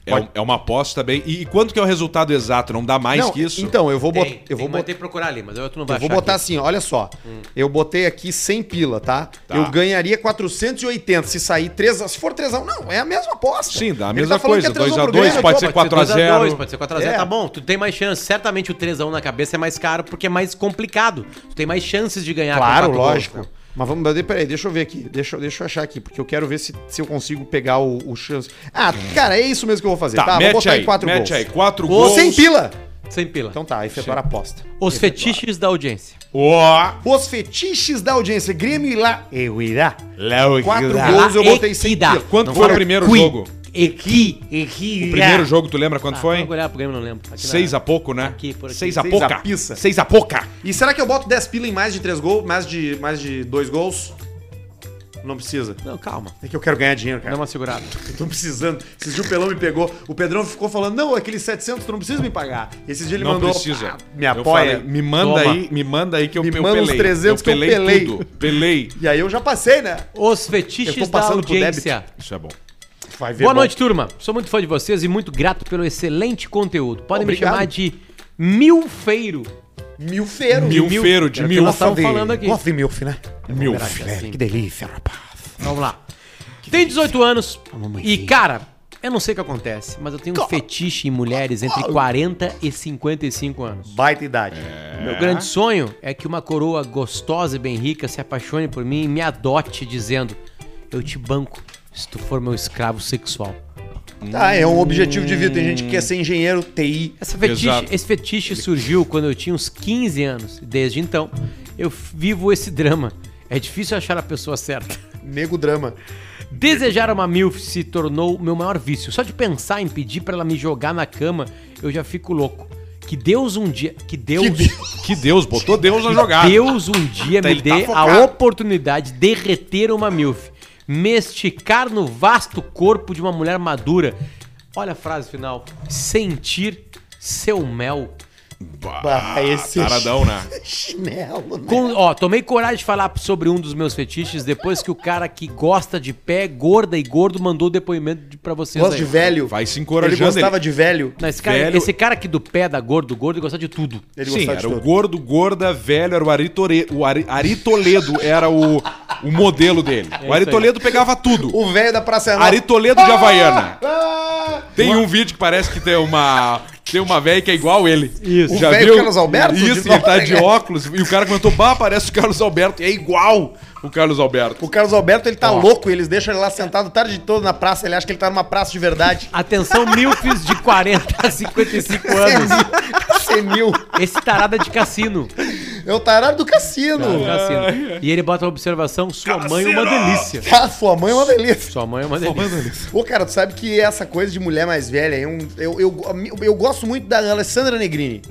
A: É, um- é uma aposta bem. E, e quanto que é o resultado exato? Não dá mais
D: não,
A: que isso?
D: Então, eu vou botar...
B: Tem,
D: Eu
B: tem,
D: vou,
B: mas
D: bot-
B: tem que procurar ali, mas tu não vai
D: eu vou
B: achar
D: botar
B: aqui.
D: assim, olha só. Eu botei aqui 100 pila, tá?
A: Tá.
D: Eu ganharia 480 se sair 3 a... Se for 3 a 1, não, é a mesma aposta.
A: Sim, dá a
D: Ele
A: mesma
D: falando
A: coisa,
D: que é 3
A: dois a
D: pro
A: dois,
D: Grêmio,
A: pode
D: pô,
A: ser
B: Pode ser
A: 4x0.
B: 2x2, Pode ser 4x0,
D: É.
B: tá bom. Tu tem mais chance. Certamente o 3x1 na cabeça é mais caro, porque é mais complicado. Tu tem mais chances de ganhar. com
D: Claro,
B: quatro gols,
D: lógico.
B: né?
D: Mas vamos, mas peraí, deixa eu ver aqui. Deixa, eu- deixa eu achar aqui, porque eu quero ver se, se eu consigo pegar o, o chance. Ah, cara, é isso mesmo que eu vou fazer.
A: Hum. Tá,
D: Tá,
A: mete
D: vou botar
A: aí.
D: em quatro
A: mete
D: gols.
A: aí. 4
D: Ô,
A: gols.
D: Sem pila!
B: Sem pila.
D: Então tá, efetuar a aposta.
B: Os fetiches da audiência.
A: Ó.
D: Os fetiches da audiência, Grêmio e lá. Eu irá.
A: Quatro
D: Quatro
A: gols.
D: gols Tá. eu botei
B: Equidá.
D: sem pila.
A: Quanto
B: Não
A: foi o
B: vale.
A: primeiro
B: Qui.
A: jogo?
B: é Equi, equi.
A: O primeiro jogo, tu lembra quanto
B: Ah,
A: foi?
B: vou olhar pro Grêmio, não lembro. Aqui na-
A: Seis a pouco, né?
B: Aqui, por aqui.
A: Seis a
D: Seis
A: pouca.
D: a pizza.
A: Seis a pouca.
D: E será que eu boto 10 pila em mais de três gols? Mais de, mais de dois gols? Não precisa.
B: Não, calma.
D: É que eu quero ganhar dinheiro, cara.
B: Dá uma segurada.
D: Eu tô precisando. Esses dias o Pelão me pegou. O Pedrão ficou falando: não, aqueles 700 tu não precisa me pagar. Esses dias ele
A: não
D: mandou.
A: precisa.
D: "Ah, me
A: Eu
D: apoia.
A: falei, me manda
B: Toma.
A: aí, me manda aí que eu,
D: Me
A: eu
D: manda uns 300
A: eu
D: que eu
A: pelei,
D: pelei.
A: tudo. Pelei.
D: E aí eu já passei, né?
B: Os
D: Eu
B: fetiches
D: tô
B: da
D: passando pro
B: audiência.
A: Isso é bom.
D: Vai ver.
B: Boa
D: bom.
B: noite, turma. Sou muito fã de vocês e muito grato pelo excelente conteúdo. Podem
D: Obrigado.
B: me chamar de milfeiro.
D: Milfeiro.
A: Mil feiro de
B: Era o que
A: mil.
B: nós estávamos falando aqui.
C: Gosto de milf, né?
A: Mil.
B: Assim.
C: Que delícia, rapaz.
B: Vamos lá. Tem 18 anos e, cara, eu não sei o que acontece, mas eu tenho um fetiche em mulheres entre 40 e 55 anos.
D: Baita idade.
B: Meu grande sonho é que uma coroa gostosa e bem rica se apaixone por mim e me adote dizendo: Eu te banco se tu for meu escravo sexual.
D: Tá, é um objetivo de vida. Tem gente que quer
A: Hum.
D: ser engenheiro, TI.
B: Essa fetiche-
A: Exato.
B: esse fetiche surgiu quando eu tinha uns 15 anos. Desde então, eu vivo esse drama. É difícil achar a pessoa certa.
D: Nego drama.
B: Desejar uma MILF se tornou o meu maior vício. Só de pensar em pedir pra ela me jogar na cama, eu já fico louco. Que Deus um dia. Que Deus. Que Deus,
A: Que Deus, botou Deus a jogar.
B: um dia
A: Tá,
B: me
A: ele tá
B: dê
A: focado.
B: a oportunidade de derreter uma MILF. Mesticar no vasto corpo de uma mulher madura. Olha a frase final. Sentir seu mel.
D: Bah, esse
A: Ah, Taradão, né?
D: chinelo, né?
B: Com- ó, tomei coragem de falar sobre um dos meus fetiches depois que o cara que gosta de pé, gorda e gordo, mandou o depoimento de- pra vocês
D: Gosta
B: aí.
D: de velho.
A: Vai se
D: Ele
A: encorajando.
D: gostava de velho.
B: Não, esse, cara,
A: Velho-
B: esse cara aqui do pé da gordo, gordo, ele gosta de tudo.
D: Ele
A: Sim,
D: gostava
A: era
D: de
A: o
D: tudo.
A: gordo, gorda, velho, era o Ari, Tore... o Ari... Ari Toledo, era o, o modelo dele. o Ari
B: aí.
A: Toledo pegava tudo.
D: É O velho da Praça Nova.
A: Ari Toledo de Havaiana.
D: Ah!
A: Tem um vídeo que parece que tem uma tem uma velha que é igual ele. Isso.
D: O velho Carlos Alberto?
A: Isso,
D: De
A: ele tá
D: Nova-
A: de óculos. E o cara comentou, bah, parece o Carlos Alberto. E é igual o Carlos Alberto.
D: O Carlos Alberto, ele tá louco, eles deixam ele lá sentado tarde toda na praça, ele acha que ele tá numa praça de verdade.
B: Atenção, milfes de 40 a 55 anos.
D: Senil.
B: Esse tarada de cassino. Tá,
D: É o tarado do cassino.
B: cassino. E ele bota uma observação: sua mãe é uma delícia.
D: Ah, sua mãe é uma delícia.
B: Sua mãe é uma delícia.
D: Ô, cara, tu sabe que essa coisa de mulher mais velha, eu, eu, eu, eu gosto muito da Alessandra Negrini.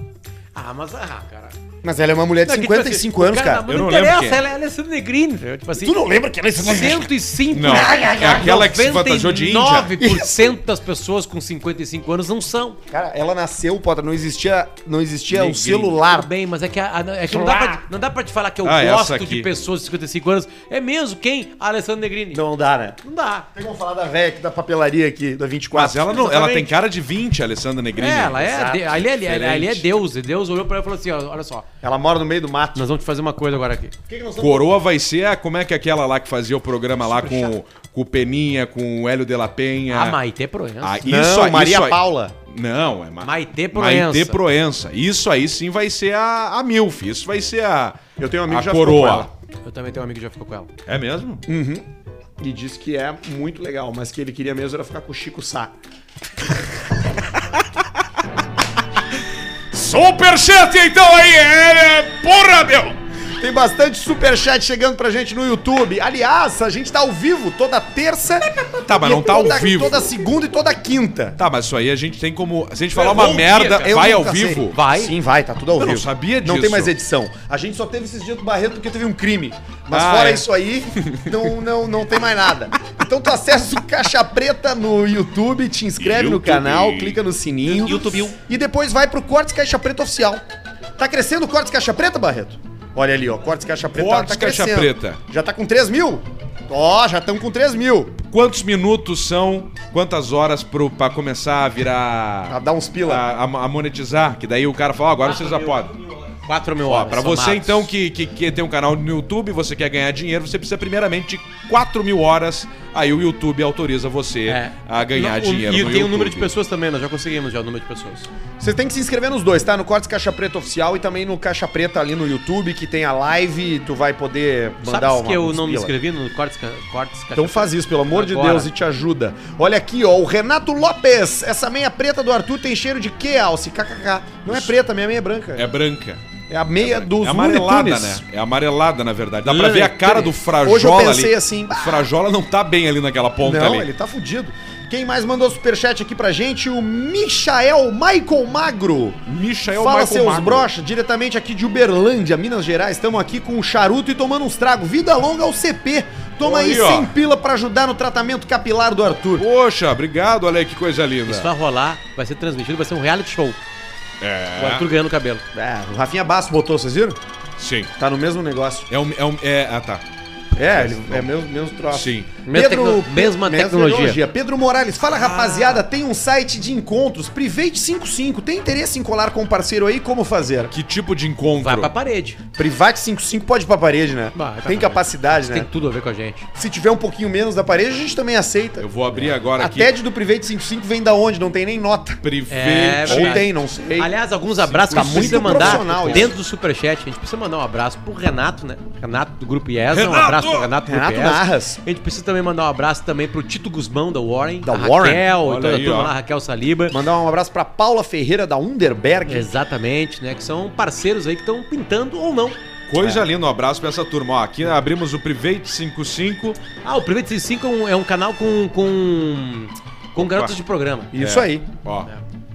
B: Ah, mas ah, cara.
D: Mas ela é uma mulher de
B: Não, que, tipo
D: 55
B: assim,
D: anos,
B: o
D: cara.
B: Não,
A: Eu não
B: não
A: lembro quem
B: interessa,
A: é.
B: ela é Alessandra Negrini. entendeu? Tipo assim,
D: lembra que ela é
B: 105.
A: Não, é aquela que se fantasiou de índia.
B: 9% das pessoas com 55 anos não são.
D: Cara, ela nasceu, Potter, não existia, não existia o
A: Negrini.
B: Tudo
D: celular.
B: bem, mas é que, a- a- é que não, dá pra, não dá pra te falar que eu
A: Ah, essa
B: gosto
A: aqui.
B: de pessoas de 55 anos. É mesmo quem? A Alessandra Negrini.
D: Não dá, né?
B: Não dá.
D: Vamos falar da velha aqui, da papelaria aqui, da 24.
A: Mas é um- ela não, ela tem
B: Exatamente.
A: cara de 20, a Alessandra Negrini.
B: É, ela é,
D: Exato.
B: de, ali, ali, ali, ali é
A: Diferente.
B: Deus. E Deus olhou pra ela e falou assim: ó, olha só,
D: Ela mora no meio do mato.
B: nós vamos te fazer uma coisa agora aqui.
A: Coroa vai ser, a- como é que é aquela lá que fazia o programa lá com, com o Peninha, com o Hélio de la Penha.
B: A Maitê Proença.
A: Ah, isso,
D: Não,
A: aí-
D: Maria
A: isso aí-
D: Paula.
A: Não, é Ma...
B: Maitê Proença.
A: Maitê Proença. Isso aí sim vai ser a, a Milf. Isso vai ser a.
D: Eu tenho um amigo
A: a
D: que já ficou
A: coroa.
D: com ela.
B: Eu também tenho um amigo que já ficou com ela.
A: É mesmo?
D: E disse que é muito legal, mas que ele queria mesmo era ficar com o Chico Sá.
A: Superchat então aí! É, é, porra, meu!
D: Tem bastante superchat chegando pra gente no YouTube. Aliás, a gente tá ao vivo toda terça.
A: Tá, mas
D: e
A: não tá ao
D: toda-
A: vivo.
D: Toda segunda e toda quinta.
A: Tá, mas isso aí a gente tem como. Se a gente falar
B: bom
A: uma
B: dia,
A: merda,
B: cara.
D: Eu
A: vai ao
D: nunca sei.
A: vivo.
B: Vai.
D: Sim, vai, tá tudo ao
A: Eu
D: vivo.
A: não sabia
D: Não tem
A: disso.
D: mais edição. A gente só teve esses dias do Barreto porque teve um crime. Mas
A: Ah,
D: fora
A: é.
D: isso aí, não, não, não tem mais nada. Então tu acessa o Caixa Preta no YouTube, te inscreve no
A: YouTube.
D: canal, clica no sininho.
B: YouTube.
D: E depois vai pro Cortes Caixa Preta Oficial. Tá crescendo o Cortes Caixa Preta, Barreto? Olha ali, ó. Cortes Caixa Preta
A: Cortes
D: tá
A: Caixa
D: crescendo.
A: Preta.
D: Já tá com 3 mil? Ó, já estamos com 3 mil.
A: Quantos minutos são? Quantas horas pro, pra começar a virar.
D: Pra dar uns pila.
A: a, a- a monetizar, que daí o cara fala, ó, agora vocês já podem.
B: 4 mil
A: Ó,
B: horas.
A: pra você
B: somadas.
A: então que, que, que tem um canal no YouTube, você quer ganhar dinheiro, você precisa primeiramente de 4 mil horas, aí o YouTube autoriza você
B: É.
A: a ganhar
B: Não, o-
A: dinheiro
B: E
A: no
B: tem o
A: YouTube.
B: número de pessoas também, nós já conseguimos já o número de pessoas.
D: Vocês têm que se inscrever nos dois, tá? No Cortes Caixa Preta Oficial e também no Caixa Preta ali no YouTube, que tem a live, tu vai poder mandar
B: Sabes
D: uma-
B: que eu
D: uns
B: não me
D: pila.
B: inscrevi no Cortes, Ca- Cortes Caixa
D: Então faz isso, pelo amor de
B: Agora.
D: Deus, e te ajuda. Olha aqui, ó, o Renato Lopes. Essa meia preta do Arthur tem cheiro de que, Alce? KKK. Não é preta, minha meia é branca.
A: É branca.
D: É, a meia dos
A: é amarelada,
D: Looney Tunes.
A: né? É amarelada, na verdade. Dá pra ver a cara do Frajola
D: Hoje eu pensei
A: ali.
D: assim,
A: O Frajola não tá bem ali naquela ponta
D: Não,
A: ali.
D: ele tá fudido. Quem mais mandou superchat aqui pra gente? O Michael Michael Magro.
A: Michael
D: Fala
A: Michael
D: seus
A: Magro.
D: brocha, diretamente aqui de Uberlândia, Minas Gerais. Estamos aqui com o charuto e tomando uns tragos. Vida longa ao CP. Toma aí,
A: Aí, ó.
D: 100 pila pra ajudar no tratamento capilar do Arthur.
A: Poxa, obrigado, olha aí que coisa linda.
B: Isso vai rolar, vai ser transmitido, vai ser um reality show. O
A: É,
B: Arthur ganhando cabelo.
D: É, o Rafinha Basso botou, vocês viram?
A: sim.
D: Tá no mesmo negócio.
A: É um, é um, é, ah, tá.
D: É, ele, é mesmo, mesmo troço.
A: Sim.
B: Mesma tecno- mesma tecnologia.
D: Pedro Morales, fala rapaziada, tem um site de encontros, Private55. Tem interesse em colar com um parceiro aí? Como fazer?
A: Que tipo de encontro?
B: Vai pra parede.
D: Private55 pode ir pra parede, né?
B: Vai,
D: tem
B: tá.
D: capacidade,
B: Isso
D: né?
B: tem tudo a ver com a gente.
D: Se tiver um pouquinho menos da parede, a gente também aceita.
A: Eu vou abrir agora
D: A
A: aqui.
D: TED do Private 55 vem da onde? Não tem nem nota.
A: Private.
B: É
D: Ou
B: verdade.
D: tem, não sei.
B: Aliás, alguns abraços
D: Sim,
B: que
D: sim.
B: precisa
D: Muito
B: mandar
D: profissional isso.
B: dentro do Superchat. A gente precisa mandar um abraço pro Renato, né? Renato do Grupo IES. né? Um
A: Renato!
B: abraço pro Renato do Grupo
D: Renato
B: IES.
D: Narras.
B: A gente precisa também mandar um abraço também pro Tito Guzmão, da Warren.
D: Da
B: a
D: Warren?
B: Raquel,
A: Olha
B: e toda a
A: aí,
B: turma
A: ó.
B: lá, Raquel Saliba.
D: Mandar um abraço pra Paula Ferreira da Underberg.
B: Exatamente, né? Que são parceiros aí que estão pintando ou não.
A: Coisa
B: É.
A: linda, um abraço pra essa turma. Ó, aqui abrimos o Private 55.
B: Ah, o Private 65 é um, é um canal com, com, com garotos de programa.
D: Isso
A: É.
D: aí.
A: Ó.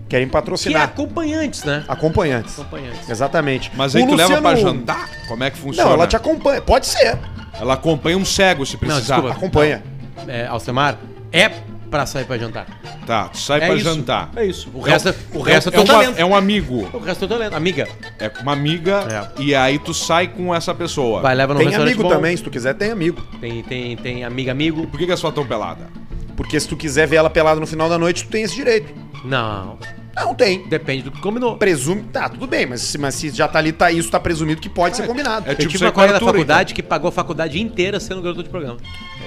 D: Querem
B: Que é
D: patrocinar.
B: acompanhantes, né?
D: Ah. Acompanhantes.
B: Acompanhantes.
D: Exatamente.
A: é? Mas aí
D: O
A: tu leva
D: Luciano-
A: pra jantar? Como é que funciona?
D: Não, ela te acompanha. Pode ser.
A: Ela acompanha um cego se precisar.
B: desculpa.
D: Acompanha.
B: É, Alcemar, é pra sair pra jantar.
A: Tá, tu sai
B: é
A: pra
B: isso.
A: jantar.
B: É isso. O resto é, o resto é,
A: é,
B: teu
A: uma-
B: talento.
A: é um amigo.
B: O resto é teu talento. Amiga,
A: É com uma amiga e aí tu sai com essa pessoa.
B: É. vai, leva no
D: Tem
B: restaurante
D: amigo
B: bom.
D: também, se tu quiser, tem amigo.
B: Tem, tem, tem amiga, amigo.
A: Por que, que é sua tão pelada?
D: Porque se tu quiser ver ela pelada no final da noite, tu tem esse direito.
B: Não,
D: Não tem.
B: depende do que combinou.
D: Presume. Tá, tudo bem, mas se, mas se já tá ali, tá, isso tá presumido que pode ser combinado.
A: É
B: Eu
A: tipo
B: tive uma
A: ser com a
B: colega da
A: Arthur,
B: faculdade que pagou a faculdade inteira sendo garoto de programa.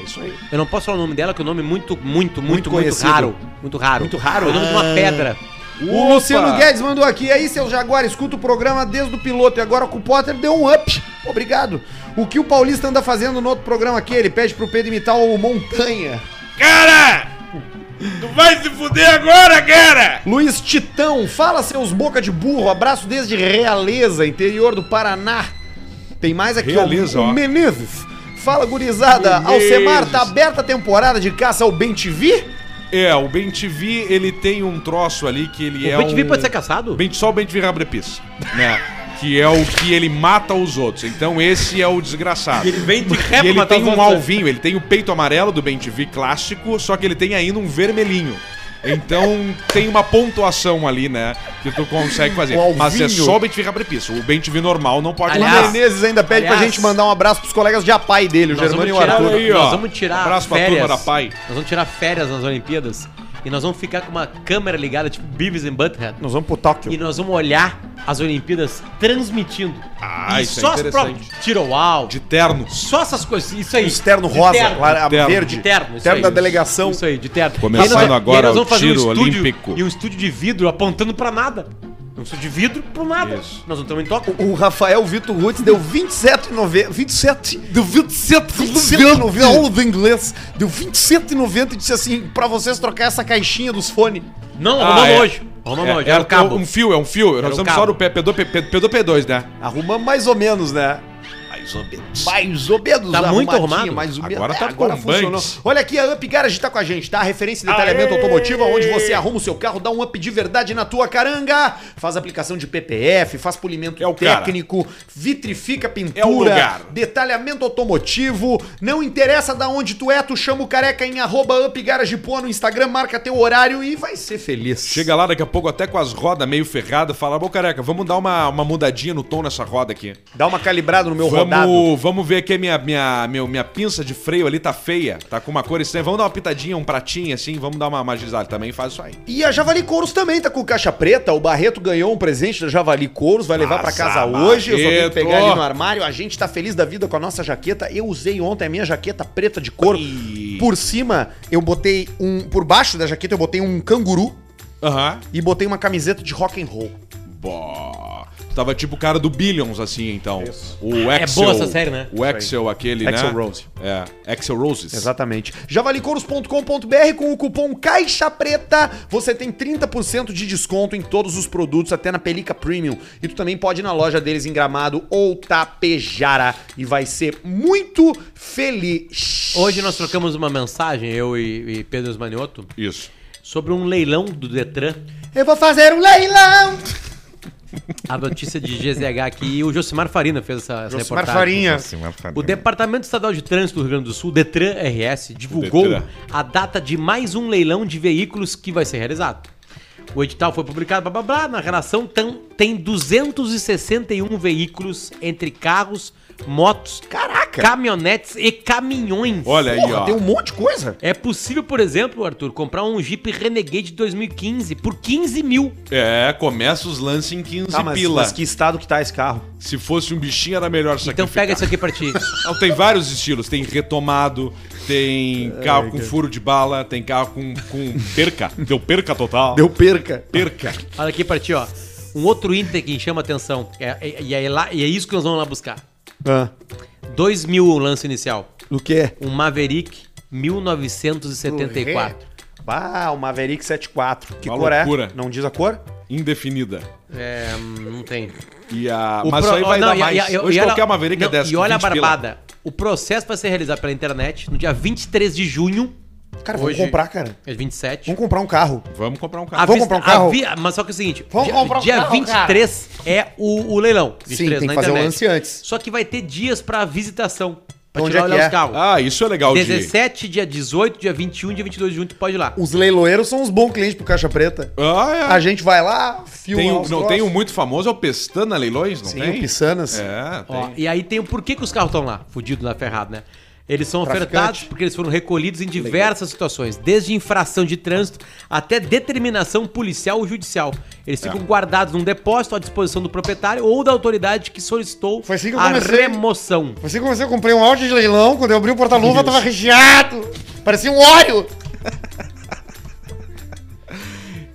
D: É isso aí.
B: Eu não posso falar o nome dela, que é um nome muito, muito, muito, muito,
D: conhecido.
B: raro. Muito raro.
D: Muito raro?
B: É o nome de
A: Ah,
B: uma pedra.
D: O
A: Opa!
D: Luciano Guedes mandou aqui. Aí, seu Jaguar, escuta o programa desde o piloto e agora com o Potter deu um up. Obrigado. O que o Paulista anda fazendo no outro programa aqui? Ele pede pro Pedro imitar o Montanha.
A: Cara! Tu vai se fuder agora, cara!
D: Luiz Titão, fala seus boca de burro. Abraço desde Realeza, interior do Paraná. Tem mais aqui,
A: Realeza,
D: o
A: ó.
D: Menezes. Fala, gurizada.
A: Menezes.
D: Alcemar, tá aberta a temporada de caça ao Bem TV?
A: É, o Ben TV, ele tem um troço ali que ele é.
B: o BTV
A: um...
B: pode ser caçado?
A: Ben, só o Ben TV abre pis, né? que é o que ele mata os outros. Então esse é o desgraçado.
B: vem de
A: E ele tem um
B: alvinho.
A: alvinho, ele tem o peito amarelo do Ben TV clássico, só que ele tem ainda um vermelhinho. Então tem uma pontuação ali, né? Que tu consegue fazer.
D: O
A: Mas é
D: alvinho.
A: só o Ben TV abre pis. O Ben TV normal não pode
B: Aliás,
A: mais.
D: o Menezes ainda pede pra
B: aliás,
D: gente mandar um abraço pros colegas de APAI dele, o
B: Nós
D: Germano
B: vamos
D: e o
B: tirar,
D: Arthur.
A: Arthur. Olha aí, ó.
B: nós vamos tirar
A: Abraço pra
B: férias.
A: turma da PAI.
B: Nós vamos tirar férias nas Olimpíadas e nós vamos ficar com uma câmera ligada, tipo Beavis and Butthead.
D: Nós vamos pro
B: E
D: Tóquio.
B: nós vamos olhar as Olimpíadas transmitindo.
A: Ah,
B: e
A: isso é
B: só as
A: interessante.
B: provas. Tiro ao
A: De terno.
B: Só essas coisas. Isso aí.
D: O Um externo rosa,
B: terno.
D: lara-
A: terno.
D: verde.
B: De terno, isso
D: Terno
B: aí.
D: da delegação.
B: Isso aí, de terno.
A: Começando
B: E aí nós- e aí
A: agora
B: nós
A: o
B: vamos fazer
A: tiro
B: estúdio,
A: olímpico.
B: E um estúdio de vidro apontando pra nada. Um estúdio de vidro pro nada.
A: Isso.
B: Nós não estamos em toque.
D: O Rafael Vitor Rutz deu 27,90. 27. Deu 27, 27,90. aula do inglês. Deu 27,90 e disse assim: pra vocês trocar essa caixinha dos fones.
B: Não,
A: Ah,
B: arrumamos
A: é.
B: hoje. Arrumamos
A: É,
B: hoje.
A: era
B: Era o cabo.
A: Um fio, é um fio.
B: Era
A: Nós
B: o
A: estamos
B: cabo.
A: só no P- P2, P- P- P2, P2, né?
D: Arrumamos mais ou menos, né?
A: Mais ou menos.
D: Mais ou menos,
B: Tá muito
D: arrumadinho,
B: arrumado.
D: Mais ou menos.
A: Agora tá
D: agora
A: com
D: funcionou.
A: bangs.
D: Olha aqui, a Up Garage tá com a gente, tá? Referência em detalhamento automotivo, onde você arruma o seu carro, dá um up de verdade na tua caranga. Faz aplicação de PPF, faz polimento
A: É o cara.
D: técnico, vitrifica pintura,
A: É o lugar.
D: detalhamento automotivo. Não interessa da onde tu é, tu chama o careca em arroba Up Garage Pô no Instagram, marca teu horário e vai ser feliz.
A: Chega lá daqui a pouco até com as rodas meio ferradas, fala, ô careca, vamos dar uma, uma mudadinha no tom nessa roda aqui.
D: Dá uma calibrada no meu rodado.
A: Vamos, vamos ver aqui, minha, minha, meu, minha pinça de freio ali tá feia, tá com uma cor estranha. Vamos dar uma pitadinha, um pratinho assim, vamos dar uma magizada também, faz isso aí.
D: E a Javali Couros também tá com caixa preta. O Barreto ganhou um presente da Javali Couros, vai levar pra
A: Nossa,
D: casa hoje. Eu só tenho que
A: Barreto!
D: pegar ali no armário. A gente tá feliz da vida com a nossa jaqueta. Eu usei ontem a minha jaqueta preta de couro.
A: Ih.
D: Por cima, eu botei um. Por baixo da jaqueta, eu botei um canguru
A: Aham.
D: e botei uma camiseta de rock and roll.
A: Bó. Tava tipo o cara do Billions, assim, então. O
B: É
A: Axel.
B: boa essa série, né?
A: O Axel, aquele, né?
D: Axel Rose.
A: É, Axel Roses.
D: Exatamente. Javalicouros.com.br com o cupom Caixa Preta, você tem 30% de desconto em todos os produtos, até na Pelica Premium. E tu também pode ir na loja deles em Gramado ou Tapejara e vai ser muito feliz.
B: Hoje nós trocamos uma mensagem, eu e, e Pedro Esmanioto,
A: Isso.
B: sobre um leilão do Detran.
D: Eu vou fazer um leilão.
B: A notícia de GZH aqui. E o Josimar Farina fez essa, essa
D: Josimar
B: reportagem.
D: Farinha.
B: É. O Departamento Estadual de Trânsito do Rio Grande do Sul, Detran RS, divulgou
A: Detran.
B: a data de mais um leilão de veículos que vai ser realizado. O edital foi publicado, blá blá blá, na relação tam- tem 261 veículos entre carros, motos,
D: Caraca.
B: caminhonetes e caminhões.
A: Olha aí,
D: Porra,
A: ó.
D: tem um monte de coisa.
B: É possível, por exemplo, Arthur, comprar um Jeep Renegade 2015 por 15 mil.
A: É, começa os lances em 15 pila.
D: estado Tá, que tá esse carro?
A: Se fosse um bichinho, era melhor sacrificar.
B: Então pega isso aqui pra ti.
A: Não, tem vários estilos. Tem retomado, tem carro com furo de bala, tem carro com, com perca. Deu perca total.
D: Deu perca.
A: perca.
B: Olha aqui pra ti, ó. Um outro item que chama atenção. É- é- E é, lá- e é isso que nós vamos lá buscar.
D: Ah,
B: 2 mil o lance inicial.
D: do quê?
B: Um Maverick 1974.
D: Ah, o Maverick 74. Que
A: Uma
D: cor
A: loucura.
D: é? Não diz a cor?
A: Indefinida.
B: É, hum, não tem.
A: E a...
B: O
A: Mas
B: pro- oh,
A: aí vai
B: não,
A: dar
B: e-
A: mais.
B: e-
A: Hoje
B: e olha-
A: qualquer Maverick é
B: não,
A: 10.
B: E olha a
A: 20 pila.
B: barbada. O processo vai ser realizado pela internet no dia 23 de junho,
D: Cara,
B: Hoje-
D: vamos comprar, cara.
B: é 27.
D: Vamos comprar um carro.
A: Vamos comprar um
B: A
A: carro.
C: Vamos comprar um carro?
B: a vi- mas só que é o seguinte,
C: Vamos
B: dia,
C: comprar um
B: dia
C: carro,
B: 23 é o, o leilão. 23
D: tem
B: na
D: que fazer o
B: internet.
D: lance antes.
B: Só que vai ter dias pra visitação, pra
D: Onde
B: tirar
D: é que
B: olhar
D: é?
B: os carros.
A: Ah, isso é legal de...
B: 17, dia 18, dia 21, dia 22 de junho, tu pode ir lá.
D: Os leiloeiros são uns bons clientes pro Caixa Preta.
A: Ah,
D: A
A: é.
D: gente vai lá, filma.
A: Tem
D: lá
A: um,
D: os
A: não,
D: troços. um
A: tem um muito famoso, é o Pestana Leilões, não
D: Sim,
A: tem?
D: o Pissanas.
A: É, tem.
B: Ó, e aí tem o porquê que os carros estão lá, fudido lá, ferrado, né? Eles são
D: Traficante.
B: ofertados porque eles foram recolhidos em diversas situações, desde infração de trânsito até determinação policial ou judicial. Eles
C: É.
B: ficam guardados num depósito à disposição do proprietário ou da autoridade que solicitou
C: Foi assim que eu
B: a
C: comecei.
B: remoção.
C: Você começou, eu comprei um áudio de leilão, quando eu abri o porta-luva tava recheado. Parecia um óleo.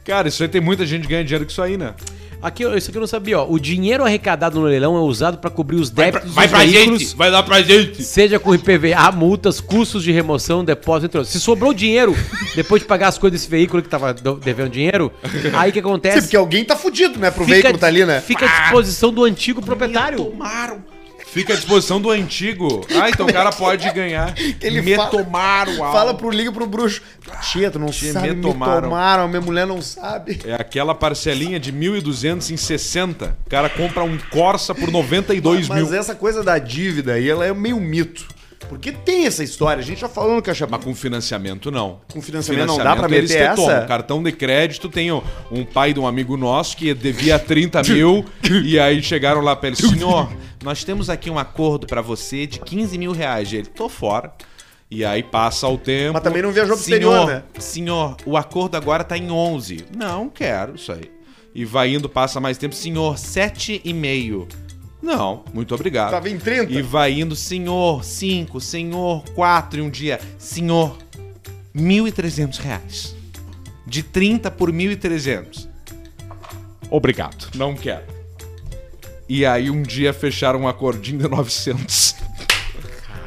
A: Cara, isso aí tem muita gente que ganha dinheiro com isso aí, né?
B: Aqui, ó, isso aqui eu não sabia, ó. O dinheiro arrecadado no leilão é usado para cobrir os débitos dos veículos,
A: vai lá pra gente.
B: seja com IPVA, multas, custos de remoção, depósito, entre outros. Se sobrou dinheiro depois de pagar as coisas desse veículo que tava do- devendo dinheiro, aí o que
D: Sim,
B: acontece?
D: porque alguém tá fudido, né? Pro
B: É. Fica-
D: veículo tá ali, né?
B: Fica à disposição do antigo proprietário.
A: Tomaram. Fica à disposição do antigo. Ah, então o cara pode ganhar.
D: Ele
A: me
D: fala-
A: tomaram a
D: Fala pro liga pro bruxo. Tia, tu não
A: Tia,
D: sabe,
A: me
D: me tomaram.
A: tomaram.
D: minha mulher não sabe.
A: É aquela parcelinha de 1.200 em 60. O cara compra um Corsa por 92
D: Mas é-
A: mil.
D: essa coisa da dívida aí, ela é meio mito. Porque tem essa história, a gente já falou no Caixa
A: Mas com financiamento, não.
D: Com financiamento não dá pra meter
A: eles te
D: essa?
A: tomam. Cartão de crédito, tem um, um pai de um amigo nosso que devia 30 mil e aí chegaram lá pra ele, senhor, nós temos aqui um acordo pra você de 15 mil reais. Ele, tô fora. E aí passa o tempo.
D: Mas também não viajou pro
A: senhor,
D: exterior, né?
A: Senhor, o acordo agora tá em 11. Não quero isso aí. E vai indo, passa mais tempo. Senhor, 7,5. Não, muito obrigado.
D: Tava em 30.
A: E vai indo, senhor, 5, senhor, 4, e um dia, senhor, 1.300 reais. De 30 por 1.300. Obrigado. Não quero. E aí um dia fecharam um acordinho de 900.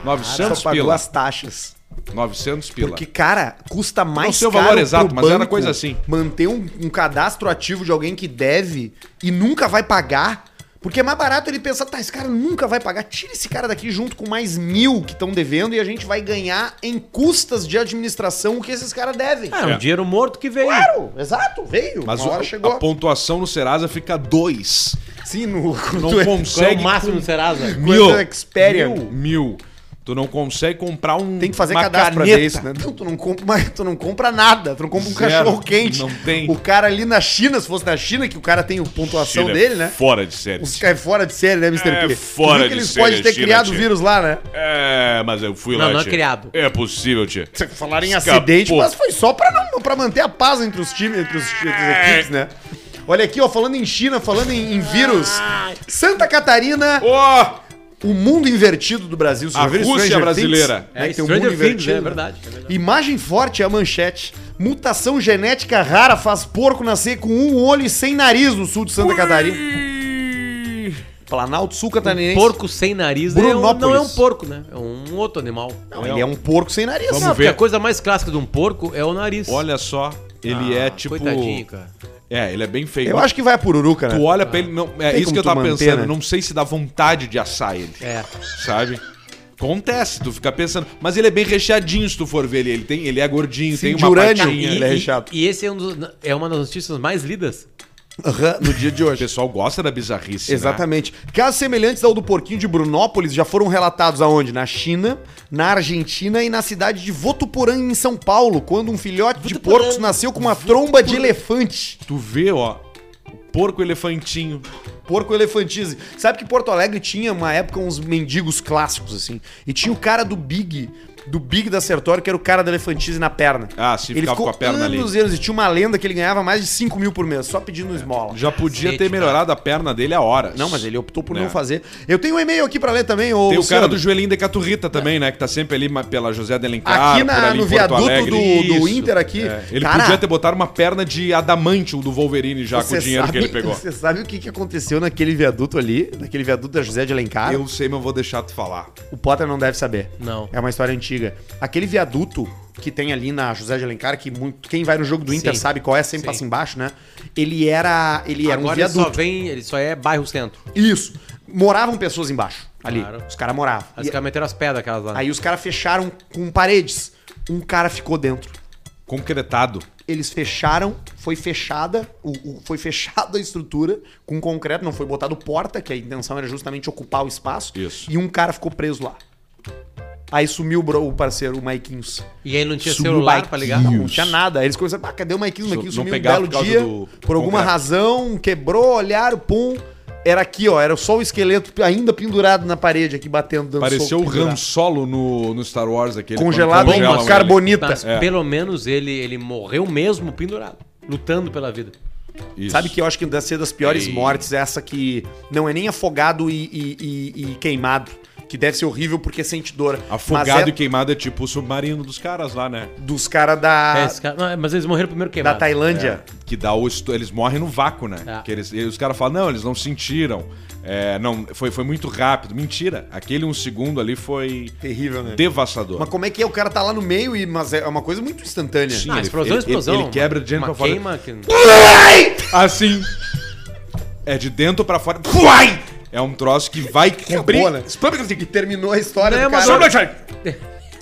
A: 900
D: Só pagou
A: pila.
D: as taxas.
A: 900 pila.
D: Porque, cara, custa mais
A: sei o
D: caro
A: valor exato,
D: pro
A: mas era
D: banco
A: coisa assim.
D: Manter um, um cadastro ativo de alguém que deve e nunca vai pagar. Porque é mais barato ele pensar, tá, esse cara nunca vai pagar. Tira esse cara daqui junto com mais mil que estão devendo e a gente vai ganhar em custas de administração o que esses caras devem.
B: Ah, é um
A: É.
B: dinheiro morto que veio.
D: Claro, exato, veio.
A: Mas
D: uma
A: o-
D: hora chegou.
A: a pontuação no Serasa fica 2.
D: Sim, no
A: Não
D: quando é-
B: Qual é
A: consegue.
B: o máximo do Serasa?
A: com- Mil.
D: quando é Xperia.
A: Mil. Mil. Tu não consegue comprar um.
D: Tem que fazer
A: uma
D: cadastro pra
A: caneta.
D: ver isso, né? Não, tu não compra, mais- tu não compra nada, tu não compra um
A: Zero.
D: cachorro quente.
A: Não tem.
D: O cara ali na China, se fosse na China, que o cara tem a pontuação
A: Tira
D: dele, né?
A: Fora de série.
D: Os caras é fora de série, né, Mr.
A: É
D: P?
A: fora
D: Tu viu
A: de
D: que eles
A: série,
D: podem ter
A: China,
D: criado o
A: tia.
D: vírus lá, né?
A: É, mas eu fui
B: Não,
A: lá.
B: não é
A: tia.
B: criado.
A: É possível, tia.
D: Falaram em
A: Escapou.
D: acidente, mas foi só pra, não, pra manter a paz entre os times, entre os, entre as
A: É.
D: equipes, né? Olha aqui, ó, falando em China, falando em, em vírus. Santa Catarina,
A: Ó!
D: o mundo invertido do Brasil. Você
A: A
D: já viu
A: Rússia
D: Stranger
A: brasileira.
D: Things, né,
B: É,
D: que tem um mundo
B: Stranger Things,
D: invertido,
B: é
D: né?
B: verdade, é verdade.
D: Imagem forte é a manchete. Mutação genética rara faz porco nascer com um olho e sem nariz no sul de Santa Catarina. Planalto sul catarinense.
A: Um
B: Porco sem nariz é um, não
D: Brunópolis.
B: é um porco, né? É um outro animal.
D: Não, ele é um porco sem nariz.
A: Vamos
B: Não, porque
A: ver.
B: a coisa mais clássica de um porco é o nariz.
A: Olha só, ele
B: Ah,
A: é tipo.
B: Coitadinho, cara.
A: É, ele é bem feio.
D: Eu acho que vai a pururuca, né?
A: Tu olha pra ele. Não, é
D: Tem
A: isso
D: como
A: que eu
D: tu
A: tava
D: manter,
A: pensando.
D: né?
A: Não sei se dá vontade de assar ele.
B: É.
A: Sabe? Acontece, tu fica pensando. Mas ele é bem recheadinho, se tu for ver ele. Ele, tem, ele é gordinho,
D: Sim,
A: tem
D: de
A: uma
D: urânio.
A: patinha. né?
D: Ele é recheado.
B: E esse é, um dos- é uma das notícias mais lidas.
D: Aham, no dia de
A: O
D: hoje.
A: pessoal gosta da bizarrice. né?
D: Exatamente. Casos semelhantes ao do porquinho de Brunópolis já foram relatados aonde? Na China, na Argentina e na cidade de Votuporanga, em São Paulo, quando um filhote de
B: Votuporanga.
D: porcos nasceu com uma tromba de elefante.
A: Tu vê, ó, o porco elefantinho.
D: Porco elefantize. Sabe que Porto Alegre tinha uma época uns mendigos clássicos, assim. E tinha o cara do Big, do Big da Sertório, que era o cara da elefantize na perna.
A: Ah, se
D: ele
A: ficava
D: ficou
A: com a perna ali.
D: anos e anos. E tinha uma lenda que ele ganhava mais de 5 mil por mês, só pedindo esmola.
A: Já podia
B: Cacete,
A: ter melhorado a perna dele há horas.
D: Não, mas ele optou por
A: É.
D: não fazer. Eu tenho um e-mail aqui pra ler também, ô
A: Tem o
D: Luciano.
A: cara do joelhinho de Caturrita também, né? Que tá sempre ali ma- pela José Delencar,
D: Aqui na- no viaduto do, do
A: Isso.
D: Inter aqui.
A: É, Ele podia ter botado uma perna de adamante o do Wolverine já com o dinheiro que ele pegou.
D: Você sabe o que, que aconteceu naquele viaduto ali, naquele viaduto da José de Alencar?
A: Eu sei, mas eu vou deixar tu falar.
D: O Potter não deve saber.
B: Não.
D: É uma história antiga. Aquele viaduto que tem ali na José de Alencar, que muito, quem vai no jogo do Inter
B: Sim.
D: sabe qual é,
B: Sim.
D: sempre passa embaixo, né? Ele era, ele era um
B: Agora ele
D: viaduto.
B: só vem, ele só é bairro centro.
D: Isso. Moravam pessoas embaixo ali.
B: Claro.
D: Os caras moravam.
B: Aí
D: E-
B: os caras meteram as pedras aquelas lá.
D: é- aí os caras fecharam com paredes. Um cara ficou dentro.
A: Concretado.
D: Eles fecharam, foi fechada, o, o- foi fechada a estrutura com concreto, não foi botado porta, que a intenção era justamente ocupar o espaço.
A: Isso.
D: E um cara ficou preso lá. Aí sumiu o bro- o parceiro, o Maiquinhos.
B: E aí não tinha
D: Sumiu
B: celular
D: Maiquinhos.
B: pra ligar?
D: Não, não tinha nada. Aí Eles começaram, ah, cadê o Maiquinhos? O
A: Su-
D: Maiquinhos
A: não
D: sumiu um
A: pegava
D: belo
A: por causa
D: dia.
A: do
D: Por alguma
A: concreto.
D: razão, quebrou, olharam, pum. Era aqui, ó. Era só o esqueleto ainda pendurado na parede, aqui batendo, dando
A: Pareceu o
D: soco, pendurado.
A: Han Solo no, no Star Wars aquele. quando né?
D: Congelado em
A: congelam ele.
D: carbonita.
B: Mas
A: É.
B: pelo menos ele, ele morreu mesmo pendurado, lutando pela vida.
A: Isso.
D: Sabe que eu acho que deve ser das piores mortes é essa que não é nem afogado e, e- e- e queimado. Que deve ser horrível porque sente dor.
A: Afogado e
D: mas
A: queimado é tipo o submarino dos caras lá, né?
D: é dos caras da,
B: É, esse cara- não, mas eles morreram primeiro
D: da
B: queimado.
D: Tailândia.
A: Que dá o estu- eles morrem no vácuo, né?
B: É.
A: Que eles, e os caras falam, não, eles não sentiram. É, não, foi, foi muito rápido. Mentira. Aquele um segundo ali foi
D: Terrível, né?
A: devastador.
D: Mas como é que é? O cara tá lá no meio, e, mas é uma coisa muito instantânea.
A: Sim.
B: Não,
A: Ele-
B: Ah, explosão,
A: ele-
B: explosão.
A: ele quebra de dentro pra
B: Uma
A: fora.
B: Queima que...
A: Assim. É de dentro pra fora. Fuai! É um troço que vai cumprir.
D: Acabou, né? E terminou a história
B: Não, é
D: do
B: mas
D: cara.
B: olha-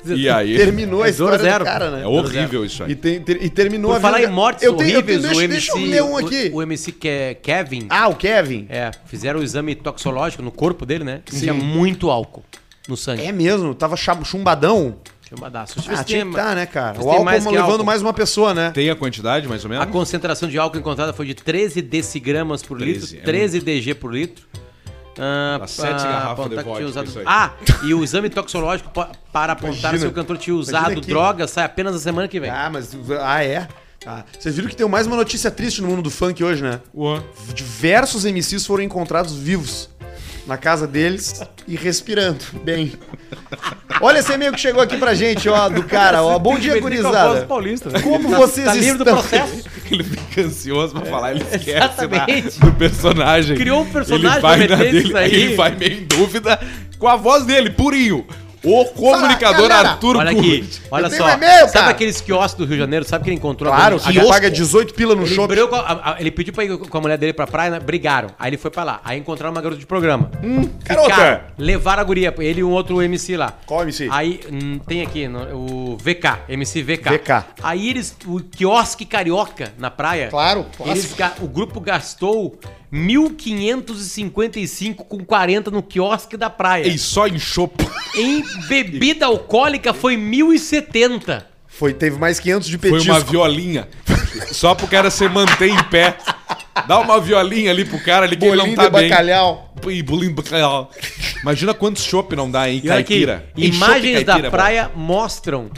A: E aí?
D: Terminou a história
B: É zero.
D: do cara, né?
A: É horrível isso
D: E,
A: aí.
D: tem- ter- e terminou
B: Por
D: a vida
B: falar em
D: do-
B: mortes
D: eu tenho, eu tenho,
B: horríveis,
D: deixa,
B: o MC...
D: deixa eu ler um
B: o-
D: aqui.
B: O, MC que é Kevin,
D: Ah, o Kevin.
B: é, fizeram o exame toxológico no corpo dele, né? Tinha muito álcool no sangue.
D: É mesmo, tava chab- chumbadão.
B: Chumbadaço. Deixa eu ver
D: Ah,
B: se
D: tinha
B: tem-
D: que tá, né, cara?
B: Mas
D: O
B: tem
D: álcool
B: mais que
D: levando
B: álcool.
D: mais uma pessoa, né?
A: Tem a quantidade, mais ou
B: A
A: menos?
B: concentração de álcool encontrada foi de 13 decigramas por
A: 13, é
B: litro, 13 dg por litro. Ah,
A: Dá sete
B: pra
A: garrafas
B: apontar
A: de
B: que tinha
A: vodka,
B: usado-
A: isso aí.
B: Ah, e o exame toxicológico pa- para apontar
D: Imagina.
B: se o cantor tinha
D: Imagina
B: usado
D: aqui.
B: droga sai apenas na semana que vem.
D: Ah, mas. Ah, é? Ah, Vocês viram que tem mais uma notícia triste no mundo do funk hoje, né?
A: Ué.
D: Diversos MCs foram encontrados vivos na casa deles e respirando bem. Olha esse e-mail que chegou aqui pra gente, ó, do cara, ó.
B: é
D: Bom dia, gurizada. Como vocês
B: tá livre do
D: estão?
B: processo.
A: Ele fica ansioso pra falar, ele esquece
B: É, Exatamente.
A: da- do personagem.
B: Criou um personagem
A: ele vai
B: pra
A: na
B: meter
A: dele,
B: isso aí.
A: Ele vai meio em dúvida com a voz dele, purinho. O comunicador
D: galera,
A: Arthur
B: Olha aqui,
A: Curti.
B: olha
D: tenho
B: só.
D: um e-mail, cara.
B: sabe aqueles quiosques do Rio de Janeiro? Sabe que ele encontrou?
D: Claro,
B: a
D: que paga 18 pila no
B: Ele,
D: shopping.
B: brigou com a- a- ele pediu pra ir com a mulher dele pra praia, né? brigaram. Aí ele foi pra lá. Aí encontraram uma garota de programa.
D: Hum,
B: Ficaram,
A: garota!
B: Levaram a guria, ele e um outro MC lá.
D: Qual MC?
B: Aí hum, tem aqui no- o VK, MC VK.
D: VK.
B: Aí eles, o quiosque carioca na praia.
D: Claro,
B: eles, ga- O grupo gastou 1.555 com 40 no quiosque da praia.
A: E só enxou.
B: Em bebida alcoólica foi 1.070.
D: Foi, teve mais 500 de
A: Foi
D: petisco.
A: uma violinha. Só pro cara se manter em pé. Dá uma violinha ali pro cara ali que ele
D: bolinho
A: não tá
D: de
A: bem.
D: bacalhau.
A: E bolinho de bacalhau. Imagina quantos chopp não dá, hein,
B: E olha aqui,
A: caipira. Em
B: imagens
A: chopp
B: da
A: caipira,
B: praia mostram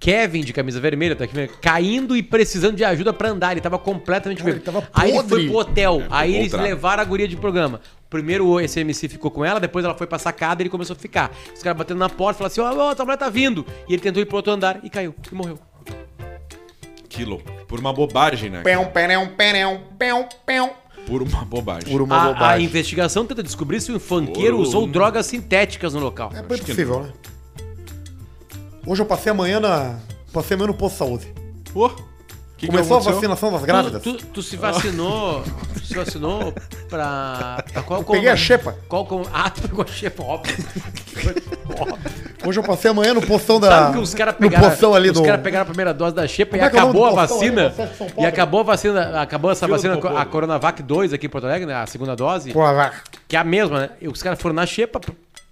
B: Kevin de camisa vermelha, tá aqui, né, caindo e precisando de ajuda pra andar. Ele tava completamente
D: Cara,
B: bebê.
D: ele tava
B: aí ele
D: podre.
B: foi pro hotel, aí
A: pegou o
B: eles
A: trago.
B: levaram a guria de programa. Primeiro esse MC ficou com ela, depois ela foi pra sacada e ele começou a ficar. Os caras batendo na porta, falaram assim: ó, ó, tua mulher tá vindo. E ele tentou ir pro outro andar e caiu e morreu.
A: bom. Quilo. Por uma bobagem, né?
D: Pão, perão, perão, pão, pão.
A: Por uma bobagem.
D: Por uma
B: A, a
D: bobagem.
B: investigação tenta descobrir se o funkeiro
A: Ouro.
B: usou drogas sintéticas no local.
D: É bem possível, né? Hoje eu passei amanhã na. Passei amanhã no posto de saúde.
A: Pô, que
D: Começou a
A: aconteceu?
D: vacinação das grávidas.
B: Tu, tu- tu se vacinou. tu se vacinou pra. pra qual com-
D: peguei a xepa.
B: Qual com. Ah, tu pegou a xepa, óbvio. Óbvio.
D: Hoje eu passei amanhã no postão da.
B: Sabe que os caras pegaram.
D: No postão ali
B: os
D: do.
B: caras pegaram a primeira dose da xepa e
D: Como é que é o nome
B: acabou a
D: do postão ali,
B: vacina.
D: no processo de São Paulo?
B: E acabou a vacina. Acabou essa
A: Fila do
B: vacina,
A: popô.
B: a Coronavac 2 aqui em Porto Alegre, né? A segunda dose.
D: Pô, lá.
B: Que é a mesma, né? E os caras foram na xepa,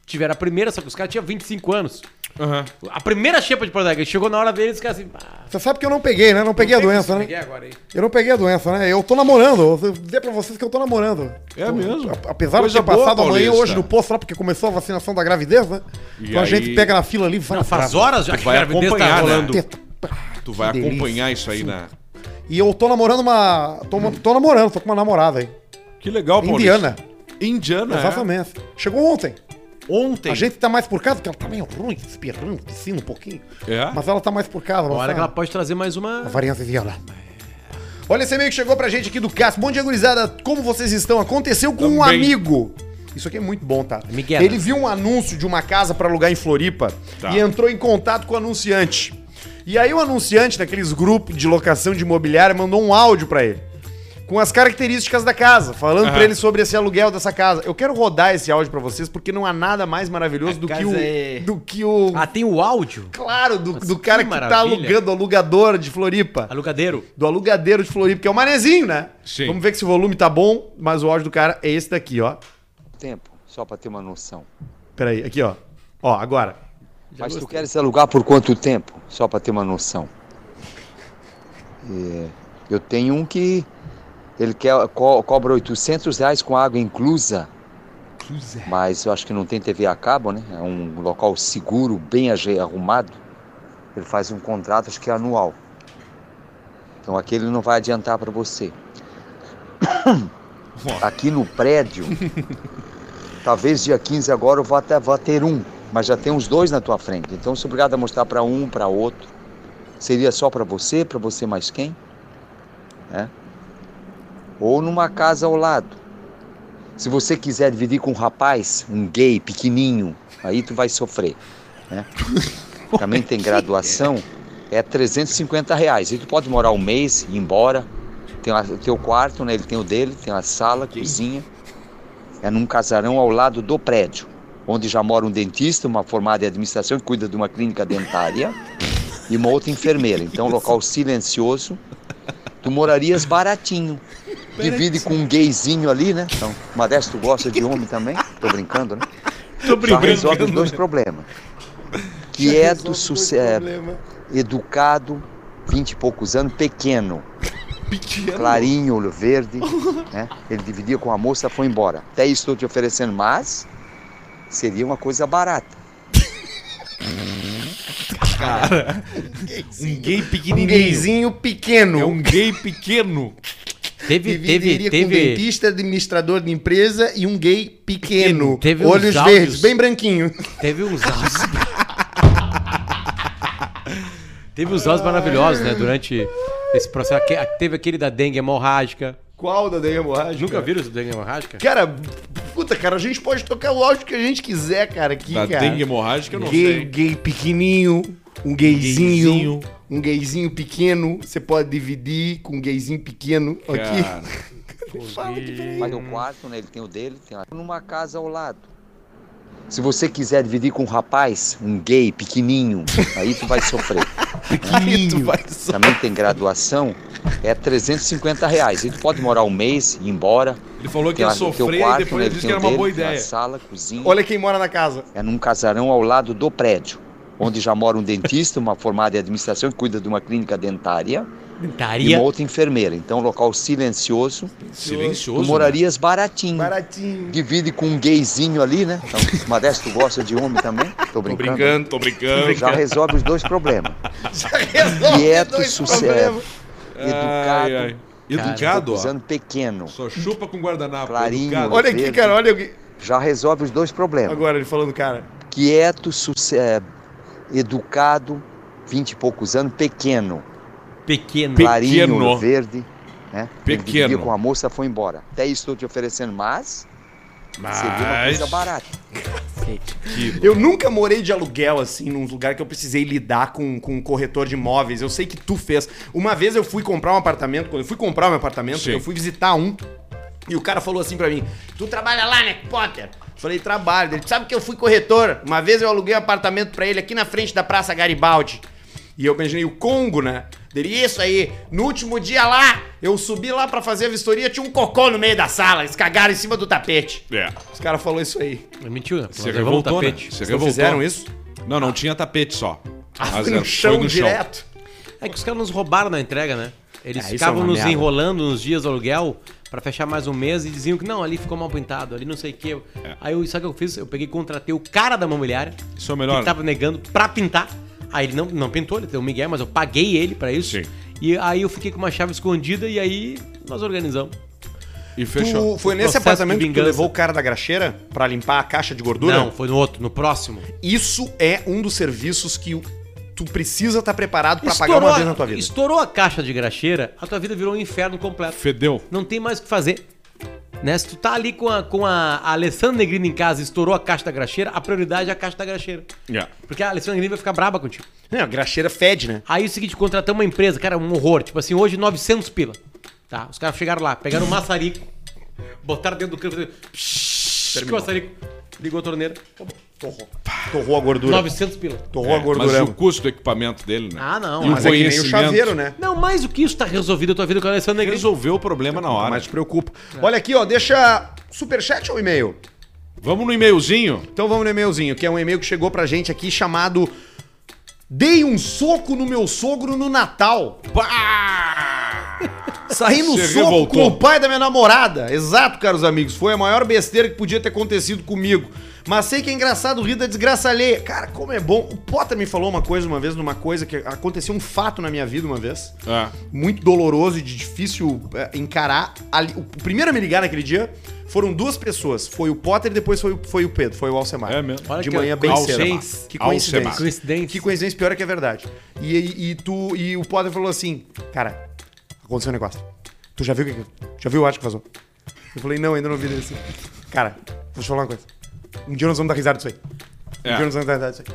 B: tiveram a primeira, só que os caras tinham 25 anos.
A: Aham.
B: A primeira xepa de Porto Alegre. Chegou na hora deles, os caras assim. Ah,
D: Você sabe que eu não peguei, né? Não peguei a doença, né?
B: peguei agora aí.
D: Eu não peguei a doença, né? Eu tô namorando. Eu vou dizer pra vocês que eu tô namorando.
A: É mesmo?
D: A- Apesar
A: Coisa
D: de ter passado
A: boa,
D: amanhã
A: Paulista.
D: hoje no posto lá, porque começou a vacinação da gravidez, né?
A: E
D: então a
A: aí-
D: gente pega na fila ali e vai
B: Não, faz horas já que a
A: vai
B: gravidez tá
A: acompanhar, né?
B: rolando.
D: Teta.
A: Tu vai
D: Que
A: acompanhar isso aí na.
D: E eu tô namorando uma. Tô, tô namorando, tô com uma namorada aí.
A: Que legal,
D: Indiana.
A: Indiana. é.
D: Exatamente. Chegou ontem.
A: Ontem.
D: A gente tá mais por casa, porque ela tá meio ruim, espirrando, tossindo um pouquinho.
A: É?
D: Mas ela tá mais por casa.
B: Agora
D: nossa-
B: que ela pode trazer mais uma.
D: A variância é viola. Olha esse e-mail que chegou pra gente aqui do Cássio. Bom dia, gurizada. Como vocês estão? Aconteceu com um
A: Também.
D: amigo. Isso aqui é muito bom, tá?
B: Miguel.
D: Ele viu um anúncio de uma casa pra alugar em Floripa
A: Tá.
D: e entrou em contato com o anunciante. E aí o anunciante daqueles grupos de locação de imobiliária mandou um áudio pra ele. Com as características da casa, falando
A: Aham.
D: pra ele sobre esse aluguel dessa casa. Eu quero rodar esse áudio pra vocês porque não há nada mais maravilhoso
B: A
D: do que,
B: casa
D: o,
B: é-
D: do que o.
B: Ah, tem o áudio?
D: Claro, do,
B: Mas
D: do
B: que
D: cara que, tá
B: maravilha.
D: alugando, alugador de Floripa.
B: Alugadeiro.
D: Do alugadeiro de Floripa, que é o manezinho, né?
A: Sim.
D: Vamos ver que se o volume tá bom, mas o áudio do cara é esse daqui, ó.
E: tempo, só para ter uma noção.
D: Peraí, aqui, ó. Ó, agora.
E: Mas tu queres alugar por quanto tempo? Só para ter uma noção. É, eu tenho um que ele quer, co- cobra 800 reais com água inclusa,
A: é.
E: mas eu acho que não tem TV a cabo, né? É um local seguro, bem aje- arrumado. Ele faz um contrato, acho que é anual. Então aquele não vai adiantar para você. Aqui no prédio, Talvez dia 15 agora eu vá, até, vá ter um, mas já tem uns dois na tua frente. Então sou obrigado a mostrar para um, para outro. Seria só para você, para você mais quem? Né? Ou numa casa ao lado. Se você quiser dividir com um rapaz, um gay pequenininho, aí tu vai sofrer. né? Também tem graduação, é 350 reais. E tu pode morar um mês, ir embora. Tem a- o teu quarto, né? ele tem o dele, tem a sala, cozinha é num casarão ao lado do prédio, onde já mora um dentista, uma formada em administração que cuida de uma clínica dentária e uma outra enfermeira. Então, local silencioso. Tu morarias baratinho. Divide com um gayzinho ali, né? Então, uma dessas tu gosta de homem também? Tô brincando, né?
A: Tô
E: Já resolve os dois problemas. Quieto, suce- é, educado, vinte e poucos anos, pequeno clarinho, olho verde. né? Ele dividia com a moça, foi embora. Até isso estou te oferecendo, mas seria uma coisa barata.
A: Um gay
D: Um
A: pequenininho.
D: gayzinho pequeno.
A: é um gay pequeno.
B: Teve, teve,
D: Dividiria com um
B: teve.
D: dentista, administrador de empresa e um gay pequeno.
B: Teve uns
D: Olhos
B: áudios.
D: verdes, bem branquinho.
B: Teve uns áudios. teve uns áudios maravilhosos, né? Durante esse processo. Aque- Teve aquele da dengue hemorrágica.
D: Qual da hemorrágica?
B: Nunca viram o dengue hemorrágica?
D: Cara, puta, cara, a gente pode tocar o áudio que a gente quiser, cara, aqui,
A: Da
D: cara.
A: dengue hemorrágica Tá, eu não
D: gay,
A: sei.
D: gay pequenininho, um gayzinho,
A: Gayzinho.
D: um gayzinho pequeno. Você pode dividir com um gayzinho pequeno
A: Cara,
D: aqui.
E: Mas o quarto, né? Ele tem o dele, tem a... numa casa ao lado. Se você quiser dividir com um rapaz, um gay pequenininho, aí tu vai sofrer.
D: Aí tu vai só.
E: Também tem graduação, é 350 reais. E tu pode morar um mês, ir embora.
A: ele falou que
E: Tem
A: ia
E: a- o teu
A: sofrer e
E: quarto,
A: depois ele
E: né, ele
A: disse
E: tem
A: que
E: o
A: era uma
E: dele,
A: boa
E: tem a
A: ideia.
E: sala, cozinha.
D: Olha quem mora na casa.
E: é num casarão ao lado do prédio, onde já mora um dentista, uma formada em administração que cuida de uma clínica dentária e
B: Dentaria.
E: uma outra enfermeira. Então, local silencioso, tu
A: Silencioso.
E: morarias baratinho.
D: Baratinho.
E: Divide com um gayzinho ali, né? Então, uma dessas tu gosta de homem também? Tô
A: Tô
E: brincando.
A: brincando, tô brincando.
E: Já resolve os dois problemas.
D: Resolve
E: Quieto,
D: dois
E: sucesso.
D: problemas.
E: Educado.
A: Ai, ai.
E: cara,
A: Educado, ó.
E: usando pequeno.
A: Só chupa com guardanapo.
E: Clarinho.
A: educado.
D: Olha aqui, cara, olha aqui.
E: Já resolve os dois problemas.
D: agora ele falando, cara.
E: Quieto, suce- é, educado, vinte e poucos anos, pequeno.
B: Pequeno.
E: clarinho,
A: Pequeno.
E: olho verde. Né? Ele
A: Pequeno.
E: dividiu com a moça, foi embora. Até isso estou te oferecendo, mas, seria uma
A: Mas...
E: coisa barata.
D: Eu nunca morei de aluguel, assim, num lugar que eu precisei lidar com, com um corretor de imóveis. Eu sei que tu fez. Uma vez eu fui comprar um apartamento, quando eu fui comprar meu apartamento,
A: Sim.
D: eu fui visitar um. E o cara falou assim pra mim: Tu trabalha lá, né, Potter? Falei, trabalho. Ele sabe que eu fui corretor. Uma vez eu aluguei um apartamento pra ele aqui na frente da Praça Garibaldi. E eu imaginei o Congo, né? Dele, isso aí. No último dia lá, eu subi lá pra fazer a vistoria, tinha um cocô no meio da sala. Eles cagaram em cima do tapete.
A: É.
D: Os caras falaram isso aí.
B: Mentiu, né?
D: é
A: Você
B: Nós levamos um
A: revoltou, né?
B: tapete.
A: Você
D: Não
A: revoltou.
D: fizeram isso?
A: Não, não tinha tapete só.
D: Ah,
A: Mas é,
D: foi
A: era-
D: no chão direto.
B: É que os caras nos roubaram na entrega, né? Eles
D: É, isso é
B: ficavam
D: uma
B: nos
D: merda.
B: enrolando nos dias do aluguel pra fechar mais um mês e diziam que não, ali ficou mal pintado, ali não sei o quê.
D: É.
B: Aí eu, sabe o que eu fiz? Eu peguei e contratei o cara da imobiliária
A: Isso é o melhor.
B: que tava negando pra pintar. Aí ele não, não pintou, ele tem o Miguel, mas eu paguei ele pra isso.
A: Sim.
B: E aí eu fiquei com uma chave escondida e aí nós organizamos.
A: E fechou.
D: Tu, foi nesse
B: Processo
D: apartamento
B: de
D: que tu
B: vingança.
D: levou o cara da graxeira pra limpar a caixa de gordura?
B: Não, foi no outro, no próximo.
D: Isso é um dos serviços que o- tu precisa estar preparado pra pagar uma vez na tua vida.
B: estourou a caixa de graxeira, a tua vida virou um inferno completo.
A: Fedeu.
B: Não tem mais o que fazer. Né? Se tu tá ali com a, com a Alessandra Negrini em casa e estourou a caixa da graxeira, a prioridade é a caixa da graxeira.
A: Yeah.
B: Porque a Alessandra Negrini vai ficar braba contigo.
D: Não, a graxeira fede, né?
B: Aí é o seguinte, contratamos uma empresa, cara, um horror. Tipo assim, hoje 900 pila. Tá, os caras chegaram lá, pegaram um maçarico, botaram dentro do campo, fizeram psh, que maçarico, ligou a torneira, acabou.
D: Torrou. Torrou a gordura.
B: 900 pila.
D: Torrou a
A: É, Mas
D: gordura. é um-
A: o custo do equipamento dele, né?
B: Ah, não,
A: E
D: Mas é que nem o
A: conhecimento.
D: chaveiro, né?
B: Não, mais o que isso tá resolvido a tua vida com a Alessandra Negrini.
A: Resolveu o problema na hora.
D: Mas te preocupa. Olha aqui, ó, deixa superchat ou e-mail?
A: Vamos no e-mailzinho?
D: Então vamos no e-mailzinho, que é um e-mail que chegou pra gente aqui chamado Dei um soco no meu sogro no Natal. Saí no
A: Se
D: soco
A: revoltou.
D: com o pai da minha namorada. Exato, caros amigos. Foi a maior besteira que podia ter acontecido comigo. Mas sei que é engraçado rir da desgraça alheia. Cara, como é bom. O Potter me falou uma coisa uma vez, numa coisa que aconteceu um fato na minha vida uma vez
A: Ah,
D: muito doloroso e de difícil é, encarar. Ali- o primeiro a me ligar naquele dia foram duas pessoas. Foi o Potter e depois foi, o- foi o Pedro, foi o Alcemar.
A: É mesmo.
B: Olha
D: de
B: que
D: manhã bem
B: coincidência.
D: cedo. Que coincidência.
A: Alcemar.
B: Coincidência.
D: Que coincidência pior é que é verdade. E, e, e tu, e o Potter falou assim, cara, aconteceu um negócio. Tu já viu o que que- já viu o acho que vazou? Eu falei, não, ainda não vi isso. Cara, vou te falar uma coisa. Um dia nós vamos dar risada disso aí. Um
A: É.
D: dia nós vamos dar risada disso aí.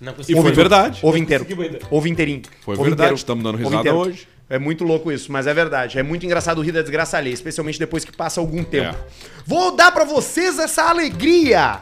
B: Não
A: E
B: consegui.
A: foi
D: Ouve inteiro.
A: verdade.
D: Ouve inteiro.
B: Conseguimos ainda.
D: Ouve inteirinho.
A: Foi
D: Ouve
A: verdade,
D: inteiro.
A: estamos dando
D: Ouve
A: risada
D: inteiro.
A: hoje.
D: É muito louco isso, mas é verdade. É muito engraçado rir da desgraça alheia, especialmente depois que passa algum tempo.
A: É.
D: Vou dar pra vocês essa alegria.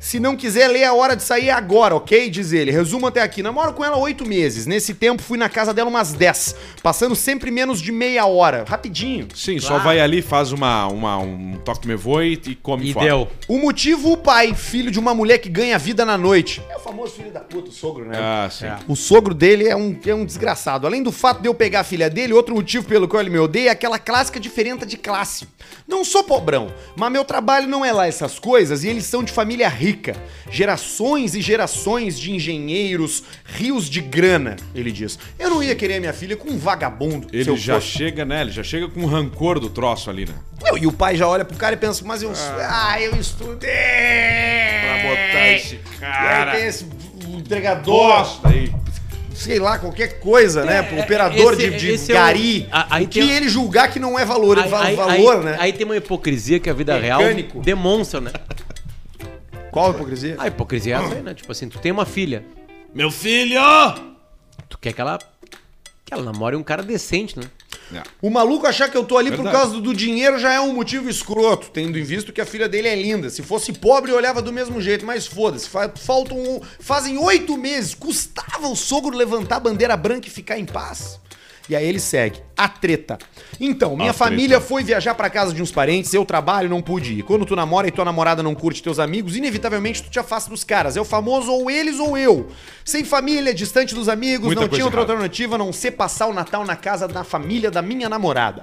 D: Se não quiser ler, a hora de sair é agora, ok? Diz ele. Resumo até aqui. Namoro com ela oito meses. Nesse tempo, fui na casa dela umas dez. Passando sempre menos de meia hora. Rapidinho.
A: Sim, só
B: Claro.
A: vai ali, faz uma, uma, um toque me voe e come
B: E
A: fora.
B: deu.
D: O motivo, o pai, filho de uma mulher que ganha vida na noite. É o famoso filho da puta, o sogro, né?
A: Ah, sim.
B: É.
D: O sogro dele é um, é um desgraçado. Além do fato de eu pegar a filha dele, outro motivo pelo qual ele me odeia é aquela clássica diferença de classe. Não sou pobrão, mas meu trabalho não é lá essas coisas e eles são de família rica. Gerações e gerações de engenheiros, rios de grana, ele diz. Eu não ia querer minha filha com um vagabundo. se
A: Ele
D: eu
A: já
D: fosse.
A: chega, né? Ele já chega com rancor do troço ali, né?
D: Não, e o pai já olha pro cara e pensa, mas eu. Ah, eu estudei! Pra
B: É,
A: botar esse cara.
D: E aí tem esse entregador.
A: Bosta aí.
D: sei lá, qualquer coisa, né? Operador
B: É, esse-
D: de, de
B: esse é o-
D: gari.
B: a- aí
D: que
B: tem-
D: ele julgar que não é valor, é
B: Aí,
D: va-
B: aí-
D: valor,
B: aí-
D: né?
B: aí tem uma hipocrisia que a vida
D: Mecânico.
B: real demonstra, né?
D: Qual a hipocrisia?
B: A hipocrisia é essa aí, né? Tipo assim, tu tem uma filha,
A: Meu filho!
B: tu quer que ela, que ela namore um cara decente, né?
D: O maluco achar que eu tô ali por
A: Verdade.
D: causa do dinheiro já é um motivo escroto, tendo em visto que a filha dele é linda. Se fosse pobre, eu olhava do mesmo jeito, mas foda-se. Fa- faltam. um- Fazem oito meses, custava o sogro levantar a bandeira branca e ficar em paz. E aí ele segue. A treta. Então, minha
A: A
D: família
A: treta.
D: foi viajar pra casa de uns parentes, eu trabalho, não pude ir. Quando tu namora e tua namorada não curte teus amigos, inevitavelmente tu te afasta dos caras. É o famoso ou eles ou eu. Sem família, distante dos amigos,
A: Muita
D: não
A: coisa
D: tinha outra
A: errada.
D: alternativa a não ser passar o Natal na casa da família da minha namorada.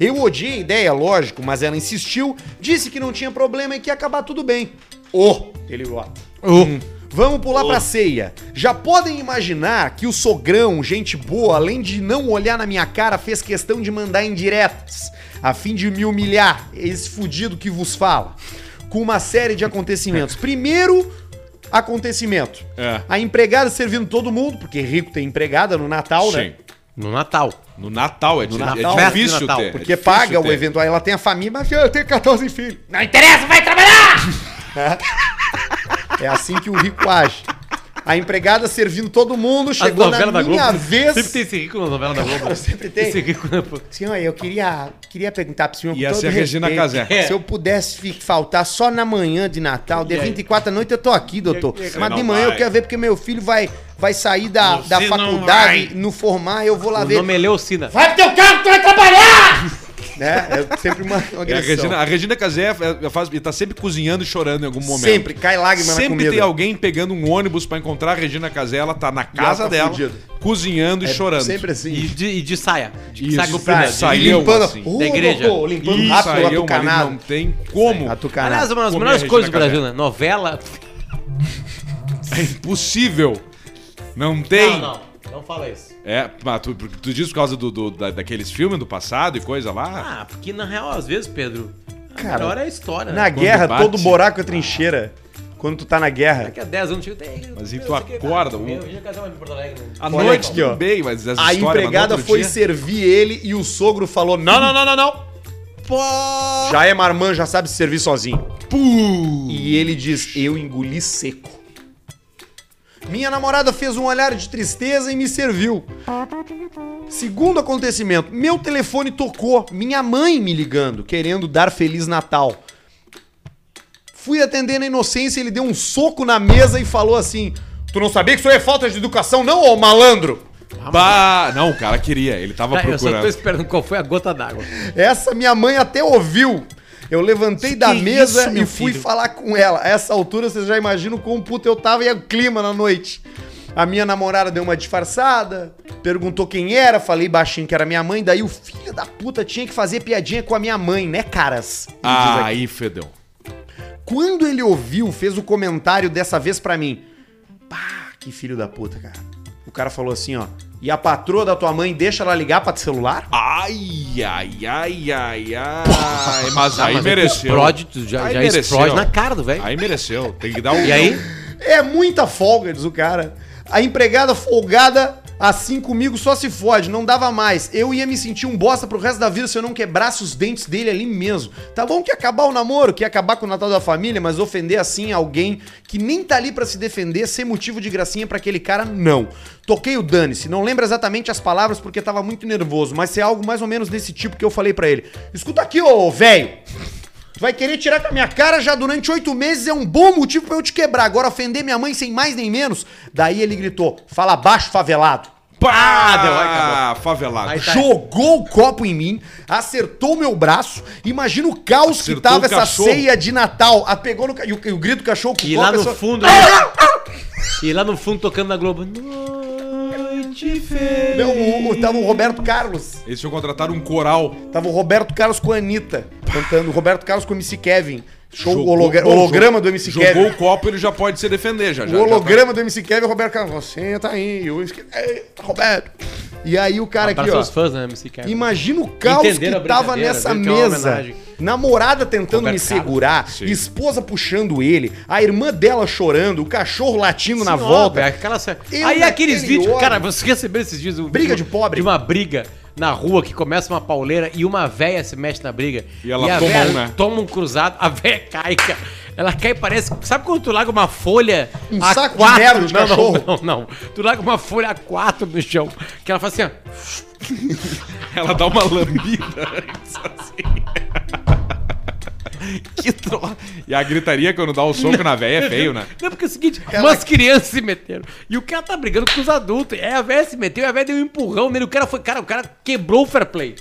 D: Eu odiei a ideia, lógico, mas ela insistiu, disse que não tinha problema e que ia acabar tudo bem. Oh, ele bota. Vamos pular pra ceia. Já podem imaginar que o sogrão, gente boa, além de não olhar na minha cara, fez questão de mandar indiretas, a fim de me humilhar, esse fudido que vos fala, com uma série de acontecimentos. Primeiro acontecimento.
A: É.
D: A empregada servindo todo mundo, porque rico tem empregada no Natal, né?
A: Sim.
B: No Natal.
A: No Natal é, di- é
D: Natal.
A: difícil
B: Perto do Natal,
A: ter. é
D: Porque
A: difícil
D: paga
A: ter.
D: o evento. Aí ela tem a família, mas eu tenho 14 filhos. Não interessa, vai trabalhar! é assim que o rico age. A empregada servindo todo mundo, chegou na minha vez.
B: Sempre tem esse rico na novela da Globo.
D: sempre tem.
B: Esse rico né, na... Por
D: Senhor, eu queria, queria perguntar pro senhor
A: Ia ser a Regina Casé.
D: Se eu pudesse fi- faltar só na manhã de Natal, dia 24 à noite eu tô aqui, doutor. Mas de
A: não
D: manhã eu
A: vai.
D: quero ver porque meu filho vai, vai sair da, da faculdade, no formar, eu vou lá
B: o
D: ver.
B: nome é Leocina.
D: Vai pro teu carro que tu vai trabalhar! né? É sempre uma, uma
A: É, a
D: agressão.
A: Regina, a Regina Casé é- é- faz, tá sempre cozinhando e chorando em algum momento.
D: Sempre, cai lágrima na
A: Sempre
D: comida.
A: tem alguém pegando um ônibus pra encontrar a Regina Casé, ela tá na casa
D: tá
A: dela,
D: fudida.
A: cozinhando e chorando.
D: Sempre assim.
B: E de, e de saia. De
A: Isso,
B: saia comprida.
A: saia.
B: de-
A: saiu,
D: E limpando,
A: assim.
D: Ô,
B: Da igreja.
D: doutor, limpando
A: Isso
D: rápido
A: aí,
D: a
A: eu
D: tucanada.
A: não tem como.
D: A tucanada.
B: Aliás, uma das
A: Comer
B: melhores
A: Regina
B: coisas do
A: Casé.
B: Brasil, né? Novela.
A: É impossível. Não tem.
B: não. Não fala isso.
A: É, mas tu, tu diz por causa do, do- da- daqueles filmes do passado e coisa lá?
B: Ah, porque na real, às vezes, Pedro, a
D: Cara,
B: melhor é a história,
D: Na
B: né?
D: guerra,
A: bate.
D: todo buraco é trincheira. Quando tu tá na guerra.
B: Daqui a 10 anos, chega, tem...
A: Mas e tu
B: eu sei que-
A: acorda,
B: Ah,
A: um- Ah,
B: Eu já casava em Porto Alegre. né?
A: A
D: Ah, olha
A: noite
D: aqui, ó.
A: também, mas essa
D: A
A: história, mas no
D: empregada
A: outro
D: foi
A: dia-
B: Tá,
D: servir ele e o sogro falou: Não, não, não, não, não.
B: pó.
D: Já é marmã, já sabe se servir sozinho. E ele diz: Eu engoli seco. Minha namorada fez um olhar de tristeza e me serviu. Segundo acontecimento, meu telefone tocou, minha mãe me ligando, querendo dar Feliz Natal. Fui atender na inocência, ele deu um soco na mesa e falou assim: Tu não sabia que isso aí é falta de educação, não, ô malandro?
A: Bah, não, o cara queria, ele tava
B: Tá, eu só
A: procurando.
B: tô esperando qual foi a gota d'água.
D: Essa minha mãe até ouviu. Eu levantei da
B: Que é
D: mesa
B: isso, meu
D: e fui
B: filho?
D: falar com ela. A essa altura, vocês já imaginam quão puto eu tava e o clima na noite. A minha namorada deu uma disfarçada, perguntou quem era, falei baixinho que era minha mãe, daí o filho da puta tinha que fazer piadinha com a minha mãe, né, caras? Ele diz
A: Ah,
D: aqui.
A: Aí, fedeu.
D: Quando ele ouviu, fez o comentário dessa vez pra mim. Pá, que filho da puta, cara. O cara falou assim, ó. E a patroa da tua mãe deixa ela ligar pra te celular?
A: Ai, ai, ai, ai, ai.
B: Tá, Ah,
A: Mas aí mereceu.
B: é Explode, tu já,
A: Aí
B: já
A: mereceu.
B: explode na cara do velho.
A: Aí mereceu. Tem que dar um.
B: E aí?
D: É muita folga, diz o cara. A empregada folgada assim comigo só se fode, não dava mais. Eu ia me sentir um bosta pro resto da vida se eu não quebrasse os dentes dele ali mesmo. Tá bom que ia acabar o namoro, que ia acabar com o Natal da família, mas ofender assim alguém que nem tá ali pra se defender, ser motivo de gracinha pra aquele cara, não. Toquei o dane-se, não lembro exatamente as palavras porque tava muito nervoso, mas é algo mais ou menos desse tipo que eu falei pra ele. Escuta aqui, ô velho. Tu vai querer tirar com a minha cara já durante oito meses é um bom motivo pra eu te quebrar. Agora ofender minha mãe sem mais nem menos. Daí ele gritou: fala baixo, favelado.
A: Pá!
B: Ah,
A: Ah,
B: deu, aí acabou.
A: favelado.
B: Aí tá.
D: Jogou o copo em mim, acertou meu braço. Imagina o caos que
A: Acertou
D: tava
A: o
D: essa
A: cachorro.
D: ceia de Natal. A pegou no ca- e o, e o grito do cachorro
B: E
D: com
B: lá
D: a
B: no
D: pessoa-
B: fundo.
A: Ah!
B: e lá no fundo tocando na Globo. Noite feia.
D: Não, o- o- tava o Roberto Carlos.
A: Eles tinham contratado um coral.
D: Tava o Roberto Carlos com a Anitta cantando. O Roberto Carlos com o MC Kevin. Show
A: Jogou-
D: hologra-
A: Bom,
D: holograma
A: jogou-
D: do MC
A: Jogou
D: Kevin.
A: o copo, ele já pode se defender, já. já já
D: o
A: tá-
D: holograma do MC Kevin, é Roberto Carlos. Você tá aí, o esque- é, Roberto. E aí o cara aqui,
B: Abraçou
D: ó.
B: os fãs, né, MC Kevin?
D: Imagina o caos
B: Entenderam a
D: que tava
B: brincadeira,
D: nessa
B: viu? Que é uma
D: mesa.
B: homenagem.
D: Namorada tentando me
B: Roberto Carlos.
D: segurar,
A: Sim.
D: esposa puxando ele, a irmã dela chorando, o cachorro latindo na
B: Sim,
D: volta.
B: óbvio,
A: é
B: aquela ce-
D: Eu
B: Aí aqueles
D: naquele
B: vídeos,
D: ódio.
B: cara, você recebeu esses vídeos um-
D: Briga de
B: uma-
D: pobre.
B: De uma briga na rua que começa uma pauleira e uma véia se mexe na briga.
A: E ela
B: a
A: toma
B: véia
A: um, né?
B: toma um cruzado, a véia cai, cara. Ela cai e parece. Sabe quando tu larga uma folha.
D: Um
B: a
D: saco de merda de
B: não, não,
D: cachorro.
B: Não, não, Tu larga uma folha a quatro no chão. Que ela faz assim, ó.
A: Ela dá uma lambida.
B: Que troca.
A: E a gritaria quando dá o soco na véia é feio, né?
B: Não, porque é o seguinte, umas crianças se meteram. E o cara tá brigando com os adultos. É, a velha se meteu, a velha deu um empurrão nele. O cara foi. Cara, o cara quebrou o fair play.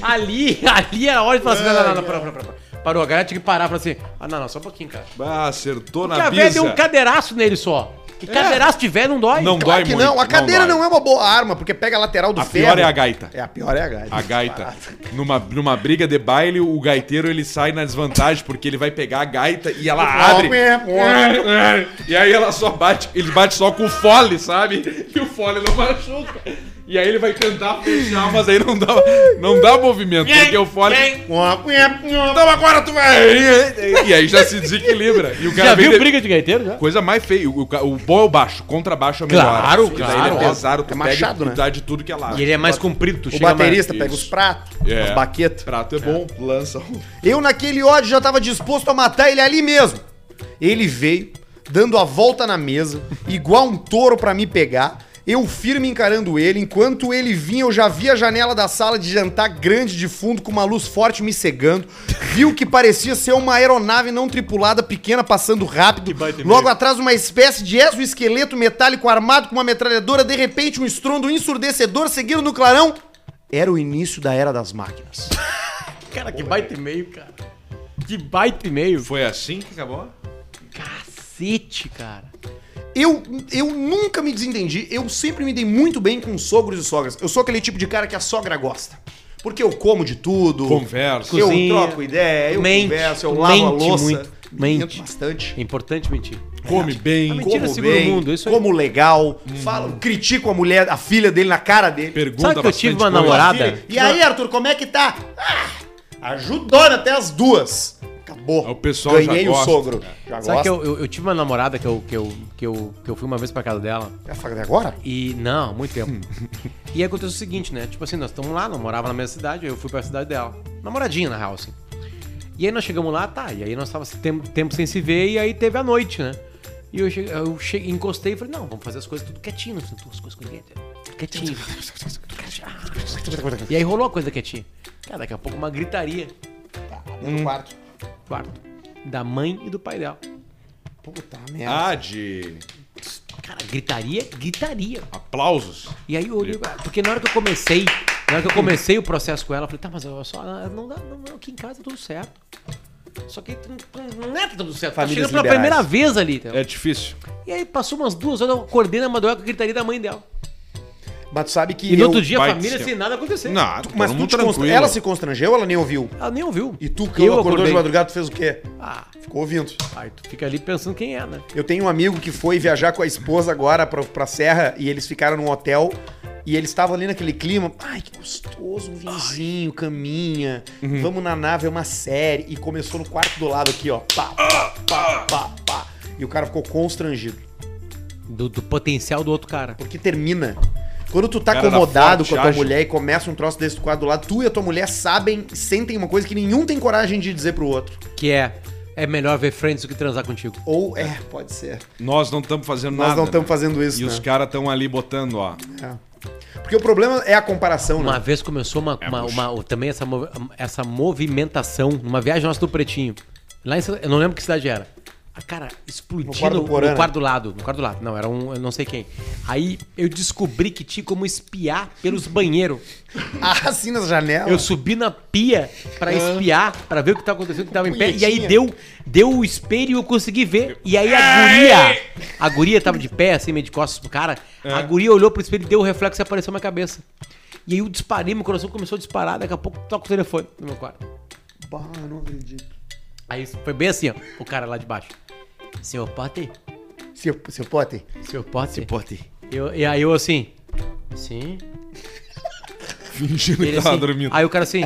B: ali, ali era a hora de falar assim: não, não, não, não, para, para, para, para. Parou, a galera tinha que parar e falar assim: ah, não, não, só um pouquinho, cara.
A: Bah, acertou
B: Porque
A: na
B: a velha
A: bisa.
B: deu um cadeiraço nele só. E cadeiraço de velho É. não dói.
A: Não
D: Claro
A: dói
D: que
A: muito,
D: não, a
A: não
D: cadeira
A: dói.
D: não, é uma boa arma, porque pega a lateral do
A: A pior é a gaita.
D: É, a pior é a gaita.
A: A gaita. Numa, numa briga de baile, o gaiteiro ele sai na desvantagem porque ele vai pegar a gaita e ela abre.
B: é
A: E aí ela só bate, ele bate só com o fole, sabe? E o fole não machuca. E aí ele vai tentar fechar, mas aí não dá, não dá movimento, porque o fole. Então agora tu vai. E aí já se desequilibra. E o cara
B: Já
A: vem
B: viu
A: de-
B: briga de gaiteiro? Já?
A: Coisa mais feia. O, ca- o bom é o baixo, contrabaixo é o melhor.
B: Claro,
A: Porque Daí
B: claro,
A: ele é pesado, tu
D: É
A: pega
D: machado,
A: e
D: né?
A: dá de tudo que é lá.
B: E ele é mais comprido, tu
D: O
B: chega
D: baterista
A: mais-
D: pega os
A: Isso.
D: pratos,
A: É.
D: as baquetas.
A: Prato é bom, lança um.
D: Eu, naquele ódio, já tava disposto a matar ele ali mesmo. Ele veio, dando a volta na mesa, igual um touro pra me pegar. Eu firme encarando ele, enquanto ele vinha, eu já vi a janela da sala de jantar grande de fundo, com uma luz forte me cegando. Vi o que parecia ser uma aeronave não tripulada pequena passando rápido. Logo atrás, uma espécie de exoesqueleto metálico armado com uma metralhadora. De repente, um estrondo ensurdecedor seguido no clarão. Era o início da era das máquinas.
B: mais. Cara, que baita e meio, cara. Que baita e meio.
A: Foi assim que acabou?
B: Cacete, cara.
D: Eu, eu nunca me desentendi, eu sempre me dei muito bem com sogros e sogras. Eu sou aquele tipo de cara que a sogra gosta. Porque eu como de tudo.
A: Conversa.
D: eu
B: Cozinha.
D: troco ideia, eu
B: Mente,
D: converso, eu
B: tu
D: lavo a
B: mente
D: louça.
B: muito,
D: me
B: mente.
D: invento bastante.
B: É importante mentir.
A: Come bem.
B: mentira
D: como
B: segura o
D: bem,
B: mundo, isso aí. Hum.
D: como legal, falo, critico a mulher, a filha dele na cara dele.
A: Pergunta
B: Sabe que eu tive
A: bastante
B: uma
A: coisa.
B: namorada?
D: E aí, Arthur, como é que tá? Ah, ajudou até as duas. Acabou acabou.
A: O pessoal já
D: Ganhei
A: gosta.
D: o sogro. Já
B: Sabe que
D: gosta?
B: eu, eu, eu tive uma namorada que eu, que, eu, que, eu, que eu fui uma vez pra casa dela
C: Essa de agora?
B: e. Não, há muito tempo. e aí aconteceu o seguinte, né? Tipo assim, nós estamos lá, não morava na mesma cidade, eu fui pra cidade dela. Namoradinha, na real, assim. E aí nós chegamos lá, tá, e aí nós tava assim, tempo, tempo sem se ver, e aí teve a noite, né? E eu, cheguei, eu cheguei, encostei e falei, não, vamos fazer as coisas tudo quietinho, assim, tudo, as coisas com ninguém, tudo quietinho. tudo quietinho. e aí rolou a coisa quietinha. Cara, daqui a pouco uma gritaria.
D: Dentro do
B: Hum.
D: quarto.
B: Quarto. Da mãe e do pai dela.
D: Puta merda.
A: Ah, de
B: Cara, gritaria, gritaria.
A: aplausos.
B: E aí eu olhei, porque na hora que eu comecei, na hora que eu comecei o processo com ela, eu falei, tá, mas eu só, não dá, não, não, aqui em casa tá tudo certo. Só que tu não não é tudo certo, tá
D: Famílias
B: chegando pela
D: liberais.
B: primeira vez ali. entendeu?
A: É difícil.
B: E aí passou umas duas horas, eu acordei na madrugada com a gritaria da mãe dela.
D: Mas tu sabe que.
B: E, no
D: eu-
B: outro dia a
A: vai
B: família
A: ser-
B: sem nada acontecer.
A: Não,
D: Mas
A: todo
D: tu
A: mundo
D: te const...
A: tranquilo.
D: ela se constrangeu, ela nem ouviu.
B: Ela nem ouviu.
D: E tu, quando acordou de
B: acordei.
D: madrugada, tu fez o quê?
B: Ah,
D: Ficou ouvindo.
B: aí tu fica ali pensando quem é, né?
D: Eu tenho um amigo que foi viajar com a esposa agora pra, pra Serra e eles ficaram num hotel e eles estavam ali naquele clima. Ai, que gostoso, um vinhozinho, caminha.
A: Uhum.
D: Vamos na nave, é uma série. E começou no quarto do lado aqui, ó. Pá, pá, pá, pá, pá. E o cara ficou constrangido.
B: Do, do potencial do outro cara.
D: Porque termina. Quando tu tá
A: Cara, era
D: acomodado
A: forte,
D: com a tua
A: ágil.
D: mulher e começa um troço desse do quarto do lado, tu e a tua mulher sabem, sentem uma coisa que nenhum tem coragem de dizer pro outro.
B: Que é, é melhor ver Friends do que transar contigo.
D: Ou é, pode ser.
A: Nós não estamos fazendo
D: Nós
A: nada.
D: não estamos
A: né?
D: fazendo isso,
A: E
D: né?
A: os caras estão ali botando, ó.
D: É. Porque o problema é a comparação,
B: Uma
D: né?
B: vez começou uma, uma- uma- também essa, mov- essa movimentação, numa viagem nossa do Pretinho. Lá em, Santa- eu não lembro que cidade era. Ah, cara, explodindo
D: No quarto do Porã, né?
B: quarto do lado. No quarto do lado. Não, era um, eu não sei quem. Aí eu descobri que tinha como espiar pelos banheiros.
D: Ah, assim nas janelas.
B: Eu subi na pia pra espiar, pra ver o que tava acontecendo, o que tava em pé. E aí
D: punhetinha.
B: deu, deu o espelho e eu consegui ver. E aí a guria, a guria tava de pé, assim, meio de costas pro cara. A guria olhou pro espelho, deu o reflexo e apareceu na minha cabeça. E aí eu disparei, meu coração começou a disparar. Daqui a pouco toca o telefone no meu quarto.
D: Bah, não acredito.
B: Aí foi bem assim, ó, o cara lá de baixo. Senhor Potter?
D: Seu, seu pote?
B: Senhor Potter?
D: Pote.
B: Eu, e aí eu assim, sim.
A: Fingindo
B: Ele
A: que tava
B: assim,
A: dormindo. Ah.
B: Aí o cara assim,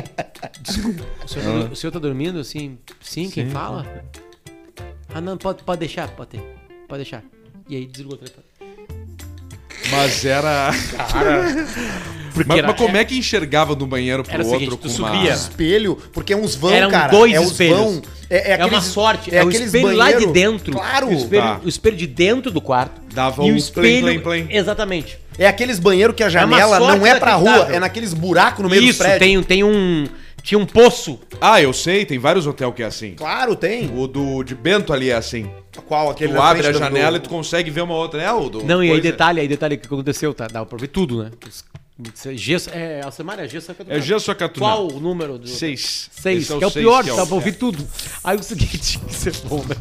B: desculpa, o senhor, tá, do- o senhor tá dormindo? Assim, sim, quem fala? Ah, não, pode, pode deixar, pode ter, pode deixar. E aí desligou o telefone.
A: Mas era.
B: Porque
A: Mas,
B: era,
A: mas como é que enxergava do banheiro pro
B: Era o
A: outro
B: seguinte, tu
A: com
B: subia.
A: uma.
D: Espelho, porque é uns vão,
B: Eram
D: cara.
B: dois
D: é uns
B: espelhos.
D: vão. É, é,
B: é,
D: aqueles,
B: uma sorte,
D: É,
B: é, o
D: aqueles
B: espelho lá de
D: banheiro-
B: dentro.
D: Claro.
B: O espelho,
A: Tá.
B: o espelho de dentro do quarto.
A: Dava
B: e
A: um
B: o
A: plim,
B: espelho,
A: plim, plim.
B: Exatamente.
D: É aqueles banheiros que a
B: uma
D: janela
B: sorte
D: não é pra rua,
B: inacreditável.
D: é naqueles buracos no meio do
B: Isso,
D: prédio.
B: tem, tem um, tinha um poço.
A: Ah, eu sei, tem vários hotéis que é assim.
D: Claro, tem.
A: O do de Bento ali é assim.
D: Qual? Aquele
A: Tu
D: na
A: abre a
D: frente do-
A: janela e
D: do-
A: tu consegue ver uma outra, né? O do-
B: Não, e aí
A: coisa.
B: detalhe, aí detalhe, o que aconteceu, tá? Dava pra ver tudo, né? Os- Gesso, é, a semana é gesso.
A: É Gesso Acatuna.
B: Qual o número do...
A: Seis.
B: Seis,
A: Esse
B: que é o pior,
A: que é
B: dá pra ouvir tudo. Aí o seguinte, isso é bom, né?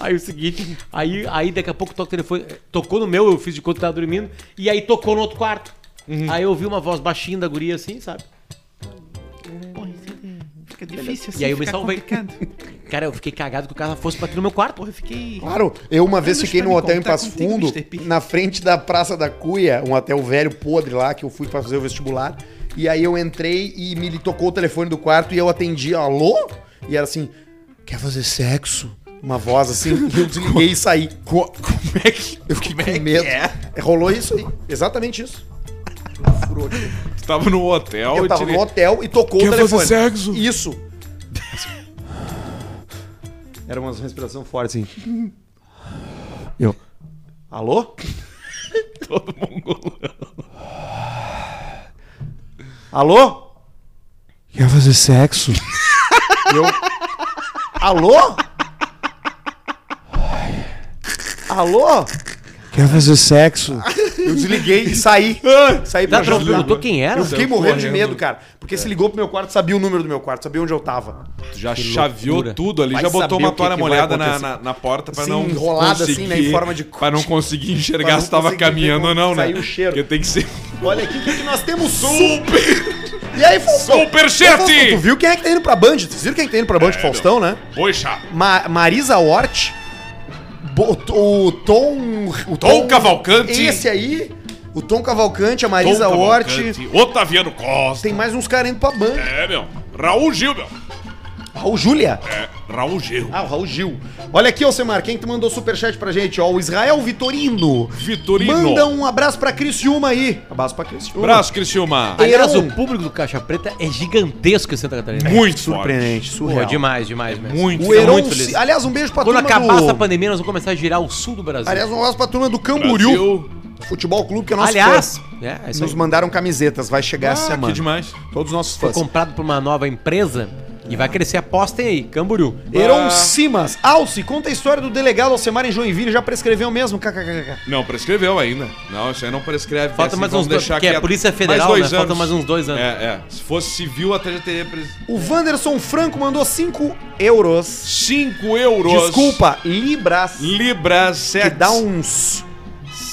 B: Aí o seguinte, aí, aí daqui a pouco toca o telefone. Tocou no meu, eu fiz de conta que tava dormindo, e aí tocou no outro quarto. Aí eu ouvi uma voz baixinha da guria assim, sabe?
F: Fica difícil assim.
B: E aí eu me
F: fica
B: salvei.
F: complicado.
B: Cara, eu fiquei cagado que o cara fosse bater no meu quarto.
F: Porra, eu fiquei.
D: Claro, eu uma vez
F: Anos
D: fiquei
F: pra
D: num
F: me
D: hotel em
F: contar
D: Passo
F: contigo,
D: Fundo,
F: Mr. P.
D: na frente da Praça da Cuia, um hotel velho podre lá, que eu fui pra fazer o vestibular. E aí eu entrei e me tocou o telefone do quarto e eu atendi, alô? E era assim, quer fazer sexo? Uma voz assim, e eu desliguei e saí. Como é que. é? Eu fiquei com medo. Rolou isso aí, exatamente isso. Furou aqui.
A: Tu tava no hotel
D: Eu
A: e
D: tava
A: te-
D: no hotel e tocou
A: Quer
D: o telefone.
A: fazer sexo?
D: Isso. Era uma respiração forte, assim. Eu. Alô?
A: todo mongolão.
D: Alô?
C: Quer fazer sexo?
D: Eu. Alô? Alô?
C: Quer fazer sexo?
D: Eu desliguei e saí. Saí
B: Tá,
D: pra
B: tu não
D: jantar.
B: perguntou quem era? Tá
D: Eu fiquei
A: Saiu
D: morrendo de
A: correndo.
D: medo, cara. Porque se ligou pro meu quarto, sabia o número do meu quarto, sabia onde eu tava.
A: Tu já chaveou
B: loucura.
A: tudo ali,
D: Vai
A: já botou
D: saber
A: uma
D: o que
A: toalha
D: que vai
A: molhada na,
D: acontecer.
A: na- na porta pra
D: Assim,
A: não
D: enrolada, assim, né, em forma de
A: Pra não conseguir
D: Pra
A: enxergar
D: não
A: se tava
D: conseguir
A: caminhando ou não, né?
D: sair o cheiro.
A: Porque tem que ser
D: Olha aqui o que, que nós temos. Super! E aí, Falcão?
A: Superchat!
D: Falcão, Tu viu quem é que tá indo pra Band? Vocês viram quem é que tá indo pra Band? Faustão, né?
A: Poxa,
D: Ma- Marisa Hort, botou o Tom... O
A: Tom Cavalcante.
D: Esse aí, o Tom Cavalcante, a Marisa
A: Tom
D: Hort.
A: Cavalcante, Otaviano Costa.
D: Tem mais uns caras indo pra Band.
A: É, meu. Raul Gil, meu.
D: Raul Júlia.
A: Raul Gil.
D: Ah, o Raul Gil. Olha aqui, Alcemar, quem tu mandou superchat pra gente? Ó, o Israel Vitorino.
A: Vitorino.
D: Manda um abraço pra Criciúma aí. Abraço pra Criciúma.
A: Abraço, Criciúma.
B: Aliás,
D: Heron.
B: o público do Caixa Preta é gigantesco em Santa Catarina.
A: Muito
D: Surpreendente,
B: Porra,
D: surreal.
B: demais, demais mesmo.
A: Muito.
D: O
B: Fico
D: Heron,
B: muito feliz.
D: aliás, um beijo pra
B: Quando
D: turma
B: acabar
D: do...
B: essa pandemia, nós vamos começar a girar o sul do Brasil.
D: Aliás, um abraço pra turma do Camboriú
A: Brasil.
D: Futebol Clube, que é nosso
B: Aliás,
D: fã.
B: é, é isso
D: Nos
B: aí.
D: mandaram camisetas, vai chegar essa é
A: Ah,
D: semana.
A: que demais.
D: Todos os nossos
B: foi
D: fãs.
B: comprado por uma nova empresa e vai crescer. Apostem aí, Camboriú.
D: Heron
A: Ah.
D: Simas. Alce, conta a história do delegado Alcemar em Joinville. Já prescreveu mesmo? KKKK.
A: Não, prescreveu ainda. Não, isso aí não prescreve.
B: Falta mais
A: vamos
B: uns dois-
A: deixar
B: porque é
A: quieto.
B: Polícia Federal,
A: mais
B: né? Falta mais uns dois anos.
A: É, é. Se fosse civil, até já teria... Pres...
D: O Wanderson Franco mandou 5 euros.
A: 5 euros.
D: Desculpa, libras.
A: Libras,
D: que
A: 7.
D: dá um uns...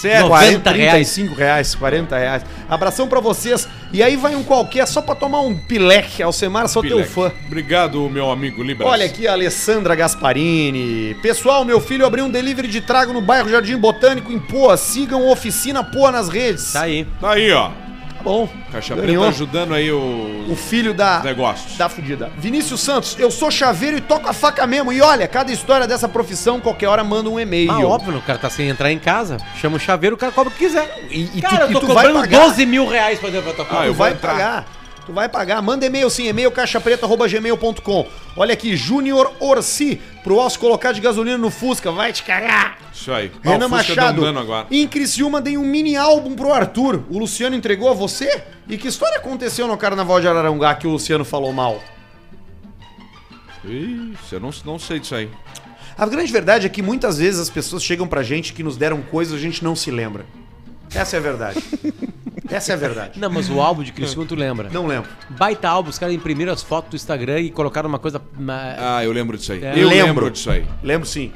A: 7.
B: Não,
D: 40
B: 40 reais.
D: 35 reais, 40 reais. Abração pra vocês. E aí vai um qualquer só pra tomar um pileque. Alcemar, sou teu fã.
A: Obrigado, meu amigo Libras.
D: Olha aqui a Alessandra Gasparini. Pessoal, meu filho abriu um delivery de trago no bairro Jardim Botânico em Poa. Sigam Oficina Poa nas redes.
B: Tá aí.
A: Tá aí, ó.
D: Tá bom.
A: Caixa
D: Ganhou.
A: Preta ajudando aí o...
D: O filho da...
A: Negócios.
D: Da fudida. Vinícius Santos, eu sou chaveiro e toco a faca mesmo. E olha, cada história dessa profissão, qualquer hora manda um e-mail.
B: Ah, óbvio, né? o cara tá sem entrar em casa, chama o chaveiro, o cara cobra o que quiser.
D: E, e
B: Cara,
D: tu,
B: eu
D: e
B: tô
D: tu vai
B: cobrando
D: pagar.
B: 12 mil reais pra fazer a tua
A: Ah,
D: tu
A: eu vou
D: vai
A: entrar.
D: pagar. Tu vai pagar. Manda e-mail sim, e-mail caixapreta.gmail.com. Olha aqui, Júnior Orsi, pro Alce colocar de gasolina no Fusca, vai te cagar.
A: Isso aí. Ah, o
D: Renan
A: Fusca deu
D: Machado,
A: Um dano agora.
D: em Criciúma dei um mini álbum pro Arthur. O Luciano entregou a você? E que história aconteceu no Carnaval de Ararangá que o Luciano falou mal?
A: Isso, eu não, não sei disso aí.
D: A grande verdade é que muitas vezes as pessoas chegam pra gente que nos deram coisas e a gente não se lembra. Essa é a verdade. Essa é a verdade.
B: Não, mas o álbum de Criciúma tu lembra.
D: Não lembro.
B: Baita álbum, os caras imprimiram as fotos do Instagram e colocaram uma coisa... na-
A: Ah, eu lembro disso aí.
B: É.
A: Eu lembro.
D: Lembro.
A: disso aí.
D: Lembro sim.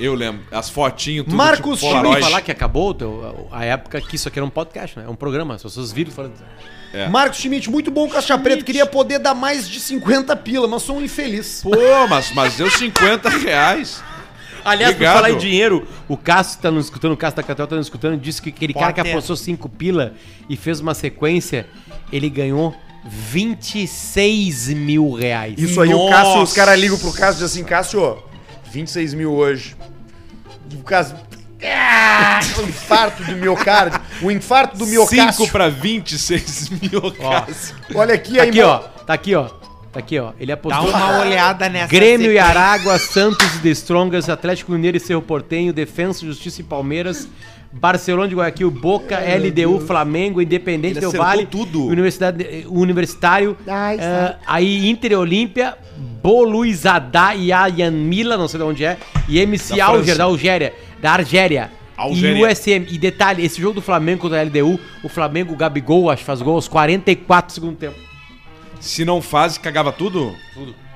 A: Eu lembro. As fotinhos, tudo tipo
D: Marcos
B: Deixa eu
A: Polaroid.
B: falar que acabou o teu- a época que isso aqui era um podcast, né? É um programa, as pessoas viram e falaram...
A: É.
D: Marcos Schmidt, muito bom caixa preta. Queria poder dar mais de 50 pila, mas sou um infeliz.
A: Pô, mas, mas deu 50 reais.
B: Aliás,
A: Obrigado.
B: por falar em dinheiro, o Cássio tá nos escutando, o Cássio da Catel tá nos escutando, disse que aquele cara que apostou 5 pila e fez uma sequência, ele ganhou 26 mil reais.
D: Isso aí, o
A: Nossa.
D: Cássio, os caras ligam pro Cássio e dizem assim: Cássio, 26 mil hoje. E o Cássio. Ah, um infarto do miocárdio. O infarto do miocárdio.
A: 5 pra 26 mil
B: Ó,
A: reais.
D: Olha aqui
B: tá
D: aí,
B: aqui, ó. Tá aqui, ó. Tá aqui, ó. Ele
F: Dá
B: apostou.
F: uma olhada nessa.
B: Grêmio e
F: sequência.
B: Aragua, Santos e The Strongers, Atlético Mineiro e Cerro Portenho, Defensa, Justiça e Palmeiras, Barcelona de Guayaquil, Boca, LDU, Flamengo, Independente
D: Ele
B: Del
D: acertou
B: Vale,
D: tudo.
B: Universidade, eh, Universitário,
F: Ai,
B: ah, aí Inter e Olímpia, Boluizadá e Ayanmila, não sei de onde é, e MC
A: Da
B: Alger,
A: França.
B: da Algéria, da Argéria.
A: Algéria.
B: E USM. E detalhe, esse jogo do Flamengo contra a LDU, o Flamengo, o Gabigol, acho que faz gol aos 44 do segundo tempo.
A: Se não faz, cagava tudo?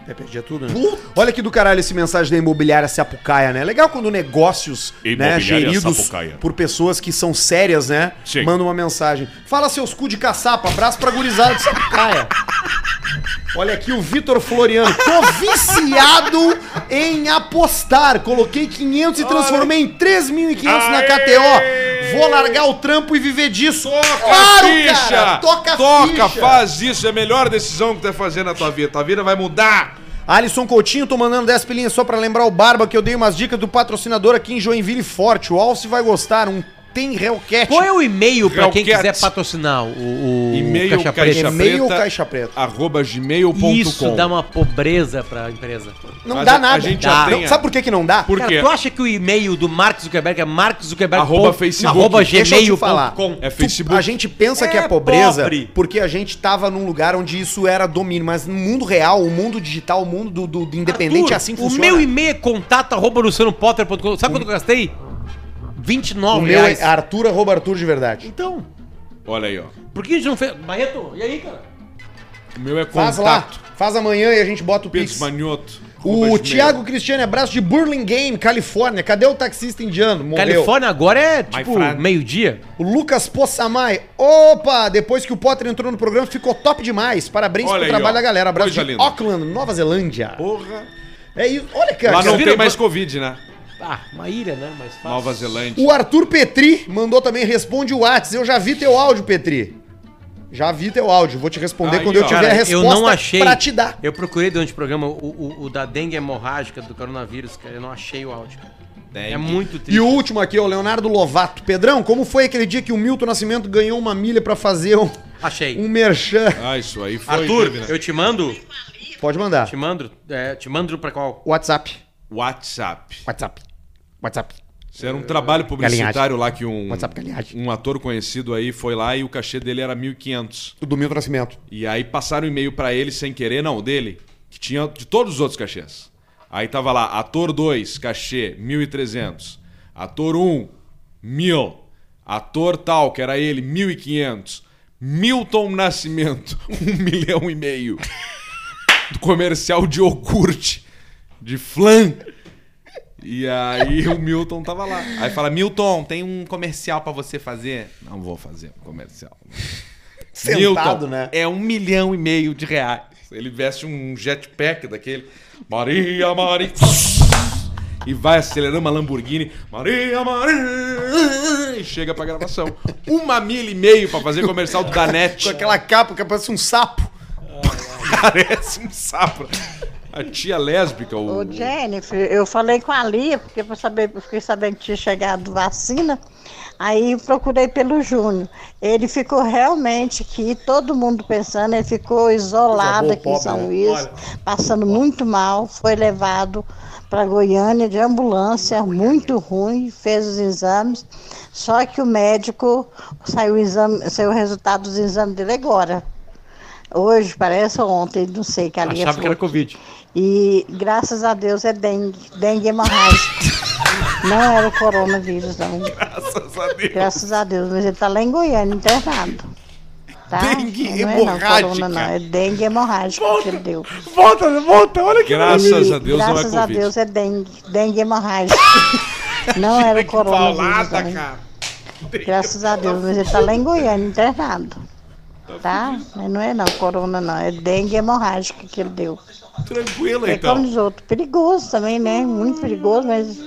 D: É, perdia tudo, né? Olha que do caralho esse mensagem da imobiliária Sapucaia, né? Legal quando negócios né,
A: Imobiliária
D: geridos
A: Sapucaia.
D: por pessoas que são sérias, né?
A: Sim.
D: Manda uma mensagem. Fala seus cu de caçapa, abraço pra gurizada de Sapucaia. Olha aqui o Vitor Floriano. Tô viciado em apostar. Coloquei 500 e transformei em 3.500 na
A: Aê!
D: KTO. Vou largar o trampo e viver disso.
A: ficha!
D: Toca,
A: Toca,
D: ficha!
A: faz isso. É a melhor decisão que tu vai fazer na tua vida. Tua vida vai mudar.
D: Alisson Coutinho, tô mandando 10 pilinhas só pra lembrar o Barba que eu dei umas dicas do patrocinador aqui em Joinville Forte. O Alce vai gostar, um tem Hellcat.
B: Qual é o e-mail pra quem
A: Hellcat.
B: quiser patrocinar o, o
A: E-mail, caixa
B: Caixa Preta?
A: preta.
D: E-mail ou É caixa preta?
A: Arroba gmail.com.
B: Isso dá uma pobreza pra empresa.
D: Não
A: Mas
D: dá
A: a- a
D: nada.
A: gente
D: Dá.
A: já tem
D: Não,
A: a-
D: sabe por que que não dá?
A: Por quê?
B: Cara, tu acha que o e-mail do Mark Zuckerberg é markzuckerberg
A: Arroba Facebook.
B: arroba
D: Deixa eu te falar.
B: gmail.com?
A: É
D: Tu-
A: Facebook.
D: a gente pensa que é
B: É
D: pobreza
B: pobre.
D: porque a gente tava num lugar onde isso era domínio, mas no mundo real, o mundo digital, o mundo do, do- do independente
B: Arthur,
D: assim
B: O
D: funciona.
B: meu e-mail é contato arroba lucianopotter.com. Sabe quanto eu gastei? 29
D: O meu
B: reais.
D: é Arthur, arroba Arthur de verdade.
B: Então,
A: Olha aí, ó.
B: por que a gente não fez? Barreto, e aí, cara?
A: O meu é
D: Faz
A: contato.
D: lá, faz amanhã e a gente bota o
A: Pedro
D: Pix.
A: Manioto.
D: O Thiago Cristiano, abraço de Burlingame, Califórnia. Cadê o taxista indiano? Morreu.
B: Califórnia agora é tipo
A: friend.
B: meio-dia.
D: O Lucas Possamay. Opa, depois que o Potter entrou no programa, ficou top demais. Parabéns
A: Olha
D: pelo
A: aí,
D: trabalho
A: ó.
D: da galera. Abraço
A: Coisa
D: de
A: linda.
D: Auckland, Nova Zelândia.
A: Porra.
D: É isso. Olha, cara.
A: Lá não
B: viram?
A: tem mais Covid, né?
B: Ah, uma ilha, né? Mais fácil.
A: Nova Zelândia.
D: O Arthur Petri mandou também, responde o Whats. Eu já vi teu áudio, Petri. Já vi teu áudio, vou te responder
A: Aí,
D: quando eu
A: ó.
D: tiver a
B: Cara, eu
D: resposta
B: não achei.
D: pra te dar.
B: Eu procurei durante o programa o, o- o da dengue hemorrágica do coronavírus, cara. Eu não achei o áudio, cara. É muito triste.
D: E o último aqui, ó, Leonardo Lovato. Pedrão, como foi aquele dia que o Milton Nascimento ganhou uma milha pra fazer um,
B: Achei.
D: um merchan?
A: Ah, isso aí foi.
B: Arthur,
A: teve, né?
B: eu te mando.
D: Pode mandar.
B: Te mando. é, te mando pra qual?
D: WhatsApp.
A: WhatsApp.
D: WhatsApp. WhatsApp.
A: Isso era um trabalho publicitário lá que um,
D: WhatsApp galinhagem.
A: um ator conhecido aí foi lá e o cachê dele era 1.500.
D: Do Milton Nascimento.
A: E aí passaram um e-mail pra ele sem querer, não, o dele, que tinha de todos os outros cachês. Aí tava lá, ator 2, cachê, 1.300. Ator 1, um, 1.000. Ator tal, que era ele, 1.500. Milton Nascimento, 1 um milhão e meio. Do comercial de iogurte, de flan. E aí o Milton tava lá. Aí fala, Milton, tem um comercial pra você fazer. Não vou fazer um comercial.
D: Sentado,
A: Milton,
D: né?
A: É um milhão e meio de reais. Ele veste um jetpack daquele. Maria, Maria. E vai acelerando uma Lamborghini. Maria, Maria. E chega pra gravação. Uma milha e meio pra fazer comercial do
D: Com
A: Danete.
D: aquela capa que parece um sapo.
A: Parece um sapo. A tia lésbica. O...
F: Ô, Jennifer, eu falei com a Lia, porque eu saber, eu fiquei sabendo que tinha chegado vacina, aí eu procurei pelo Júnior. Ele ficou realmente aqui, todo mundo pensando, ele ficou isolado
D: Coisa boa,
F: aqui em
D: pobre,
F: São
D: né?
F: Luís,
D: Olha.
F: passando muito mal, foi levado para Goiânia de ambulância, muito ruim, fez os exames, só que o médico saiu o, exame, saiu o resultado dos exames dele agora. Hoje, parece, ou ontem, não sei, que a Lia
B: Achava que
F: falou
B: era Covid.
F: e graças a Deus é dengue, dengue hemorrágica. não era o coronavírus, não.
A: Graças a Deus.
F: Graças a Deus, mas ele tá lá em Goiânia, internado. Tá?
A: Dengue
F: não É, não,
A: hemorrágica.
F: corona, não. é dengue hemorrágica que ele deu.
C: Volta, volta, olha aqui.
A: Graças
F: Ele-
A: a Deus
F: graças
A: não é
F: a
A: Covid.
F: Deus é dengue, dengue hemorrágica. não era o coronavírus, não. Graças a Deus, mas ele tá lá em Goiânia, internado. Tá? Mas não é não, corona não, é dengue hemorrágica que ele deu.
A: Tranquila,
F: É como
A: então.
F: os outros. Perigoso também, né? Muito perigoso, mas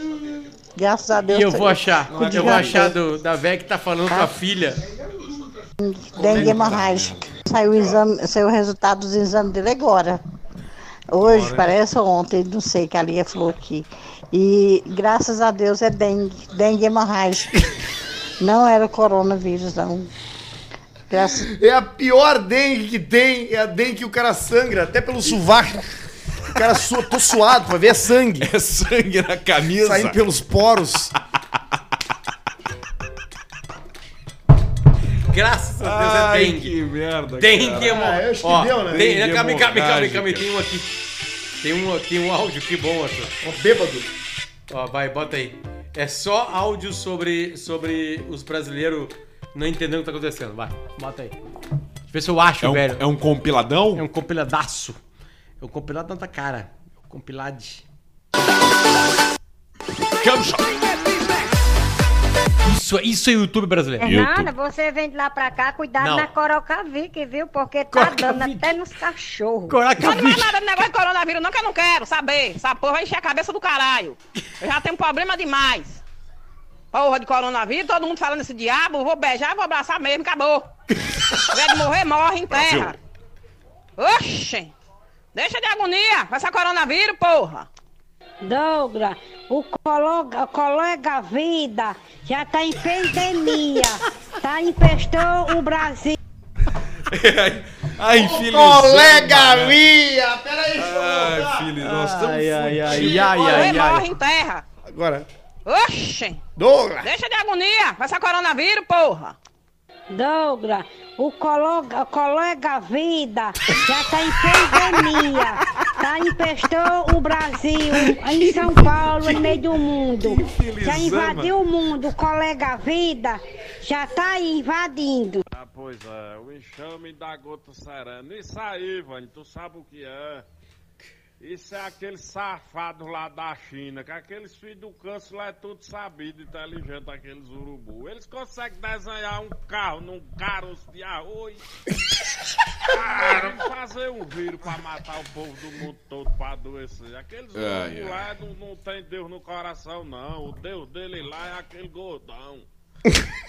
F: graças a Deus.
B: E eu vou achar.
F: Não é
B: Eu vou
F: verdade.
B: achar do, da véia que tá falando com a filha.
F: Dengue hemorrágica. Saiu o, exame, saiu o resultado dos exames dele agora. Hoje, parece ou ontem, não sei, que a Lia falou aqui. E graças a Deus é dengue, dengue hemorrágica. não era o coronavírus, não. Graças
D: É a pior dengue que tem. É a dengue que o cara sangra, até pelo sovaco. O cara sua, tô suado, vai ver é sangue.
A: É sangue na camisa.
D: Saindo pelos poros.
B: Graças a Deus é
A: Ai,
B: dengue.
A: que né? merda,
B: Dengue é
A: cara.
B: hemorrágica.
D: Ah, eu acho que deu, né?
A: Dengue
B: Calma, aí, calma, aí, calma, aí,
A: hemorrágica.
B: calma. aí, Tem um aqui. Tem um, tem um áudio, que bom, Arthur.
D: Ó, bêbado.
B: Ó, vai, bota aí. É só áudio sobre, sobre os brasileiros não entendendo o que tá acontecendo. Vai, bota aí. Deixa eu ver se eu acho,
A: É um,
B: velho.
A: é um compiladão?
B: É um compiladaço. É um compilado na tua cara. É um compilade. Isso, é- isso é YouTube brasileiro.
G: Fernanda, você vem de lá pra cá, cuidado
B: Não.
G: na Corocavic, viu? Porque tá
B: Corocavic.
G: dando até nos cachorros.
B: Caraca,
H: Não faz nada de negócio de coronavírus, não, que eu não quero saber. Essa porra vai encher a cabeça do caralho. Eu já tenho problema demais. Porra de coronavírus, todo mundo falando esse diabo, eu vou beijar, eu vou abraçar mesmo, acabou. Vem de morrer, morre, enterra. Oxe! Deixa de agonia com essa coronavírus, porra!
G: Douglas, o colega, colega Vida já tá em pandemia. tá infestou o Brasil.
A: Ai, filho.
D: né? Colega Lia! Peraí, deixa eu
A: Ai,
D: voltar.
A: filho, nós estamos
D: Ai, ai, ai,
A: fudidos.
D: ai,
H: morrer,
D: ai,
H: morre,
D: ai.
H: enterra.
D: Agora.
H: Oxe!
D: Douglas!
H: Deixa de agonia com essa coronavírus, porra!
G: Douglas, o colega, colega Vida já tá em pandemia. tá infestou o Brasil, em São Paulo, em meio do mundo. Já invadiu o mundo, o colega Vida já tá aí invadindo.
I: Ah, pois é, o enxame da gota serana. Isso aí, Vani, tu sabe o que é? Isso é aquele safado lá da China, que aqueles filhos do câncer lá é tudo sabido, inteligente, aqueles urubu. Eles conseguem desenhar um carro num caroço de arroz. Cara, fazer um vírus pra matar o povo do mundo todo pra adoecer. Aqueles
A: Ai,
I: urubu lá não, não tem Deus no coração, não. O Deus dele lá é aquele gordão.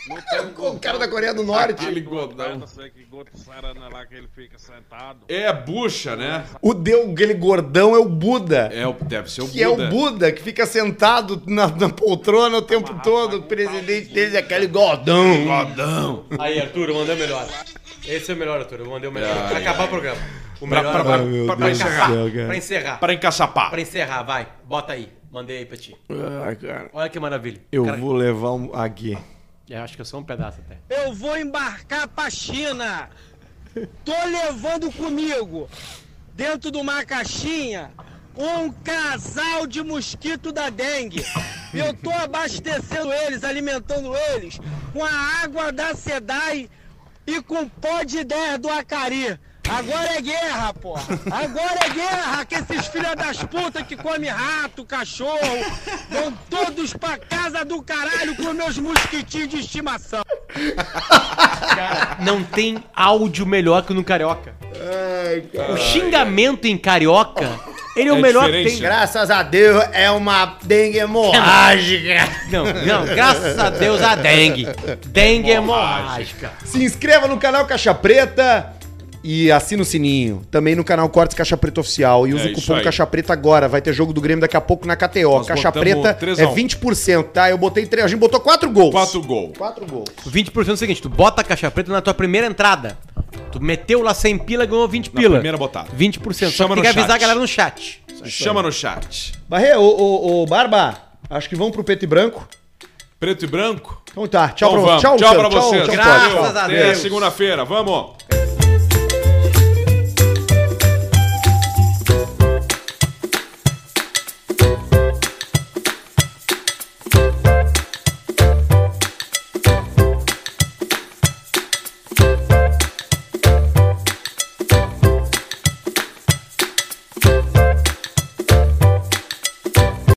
I: Não tem um
D: O cara da Coreia do Norte.
I: Aquele
A: gordão.
I: Eu sei que Guto Sarana lá que ele fica sentado.
A: É bucha, né?
D: O deu, aquele gordão é o Buda.
A: É, o- deve ser o Buda.
D: Que é o Buda, que fica sentado na, na poltrona o tempo todo. O presidente deles é aquele gordão.
A: Godão.
B: Aí, Arthur, eu mandei o melhor. Esse é o melhor, Arthur. Eu mandei o melhor. pra
A: ai,
B: acabar o programa. O
A: Pra,
B: melhor
A: pra, pra,
D: Ai, meu
A: pra,
D: Deus do
B: encerrar.
D: céu, cara.
B: Pra encerrar.
A: pra encaçapar.
B: Pra encerrar, vai. Bota aí. Mandei aí pra ti.
D: Ah, cara.
B: Olha que maravilha.
D: Eu
B: Cara,
D: vou levar um aqui.
B: Eu acho que eu sou um pedaço até.
J: Eu vou embarcar pra China. Tô levando comigo, dentro de uma caixinha, um casal de mosquito da dengue. Eu tô abastecendo eles, alimentando eles com a água da SEDAI e com pó de 10 do Acari. Agora é guerra, porra! Agora é guerra que esses filha das putas que comem rato, cachorro, vão todos pra casa do caralho com meus mosquitinhos de estimação.
B: Não tem áudio melhor que no carioca. o xingamento em carioca, ele é o
A: É
B: melhor que
A: diferente,
B: tem.
A: né?
D: Graças a Deus é uma dengue hemorrágica.
B: Não, não, graças a Deus a dengue. Dengue é hemorrágica.
D: Se inscreva no canal Caixa Preta e assina o sininho. Também no canal Cortes Caixa Preta Oficial. E usa
A: É
D: o
A: isso
D: cupom
A: aí.
D: Caixa Preta agora. Vai ter jogo do Grêmio daqui a pouco na KTO.
A: Nós
D: Caixa
A: botamos
D: Preta
A: três a
D: é
A: um.
D: 20%, tá? Eu botei 3. A gente botou 4 gols.
A: Quatro gols.
D: 4 gols.
B: 20% é o seguinte, tu bota a caixa preta na tua primeira entrada. Tu meteu lá 100 pila, ganhou 20
A: Na
B: pila.
A: primeira botada.
B: 20%. Só
A: Chama
B: que tem
A: no
B: que avisar
A: chat.
B: a galera no chat.
A: Chama no chat.
D: Barre, ô, ô, ô, Barba. Acho que vão pro preto e branco.
A: Preto e branco?
D: Então tá. Tchau
A: Então
D: pra,
A: vamos.
D: tchau,
A: tchau pra vocês.
D: Tchau, tchau,
B: Graças
D: tchau.
B: a
A: Até
B: Deus.
A: segunda-feira. Vamos.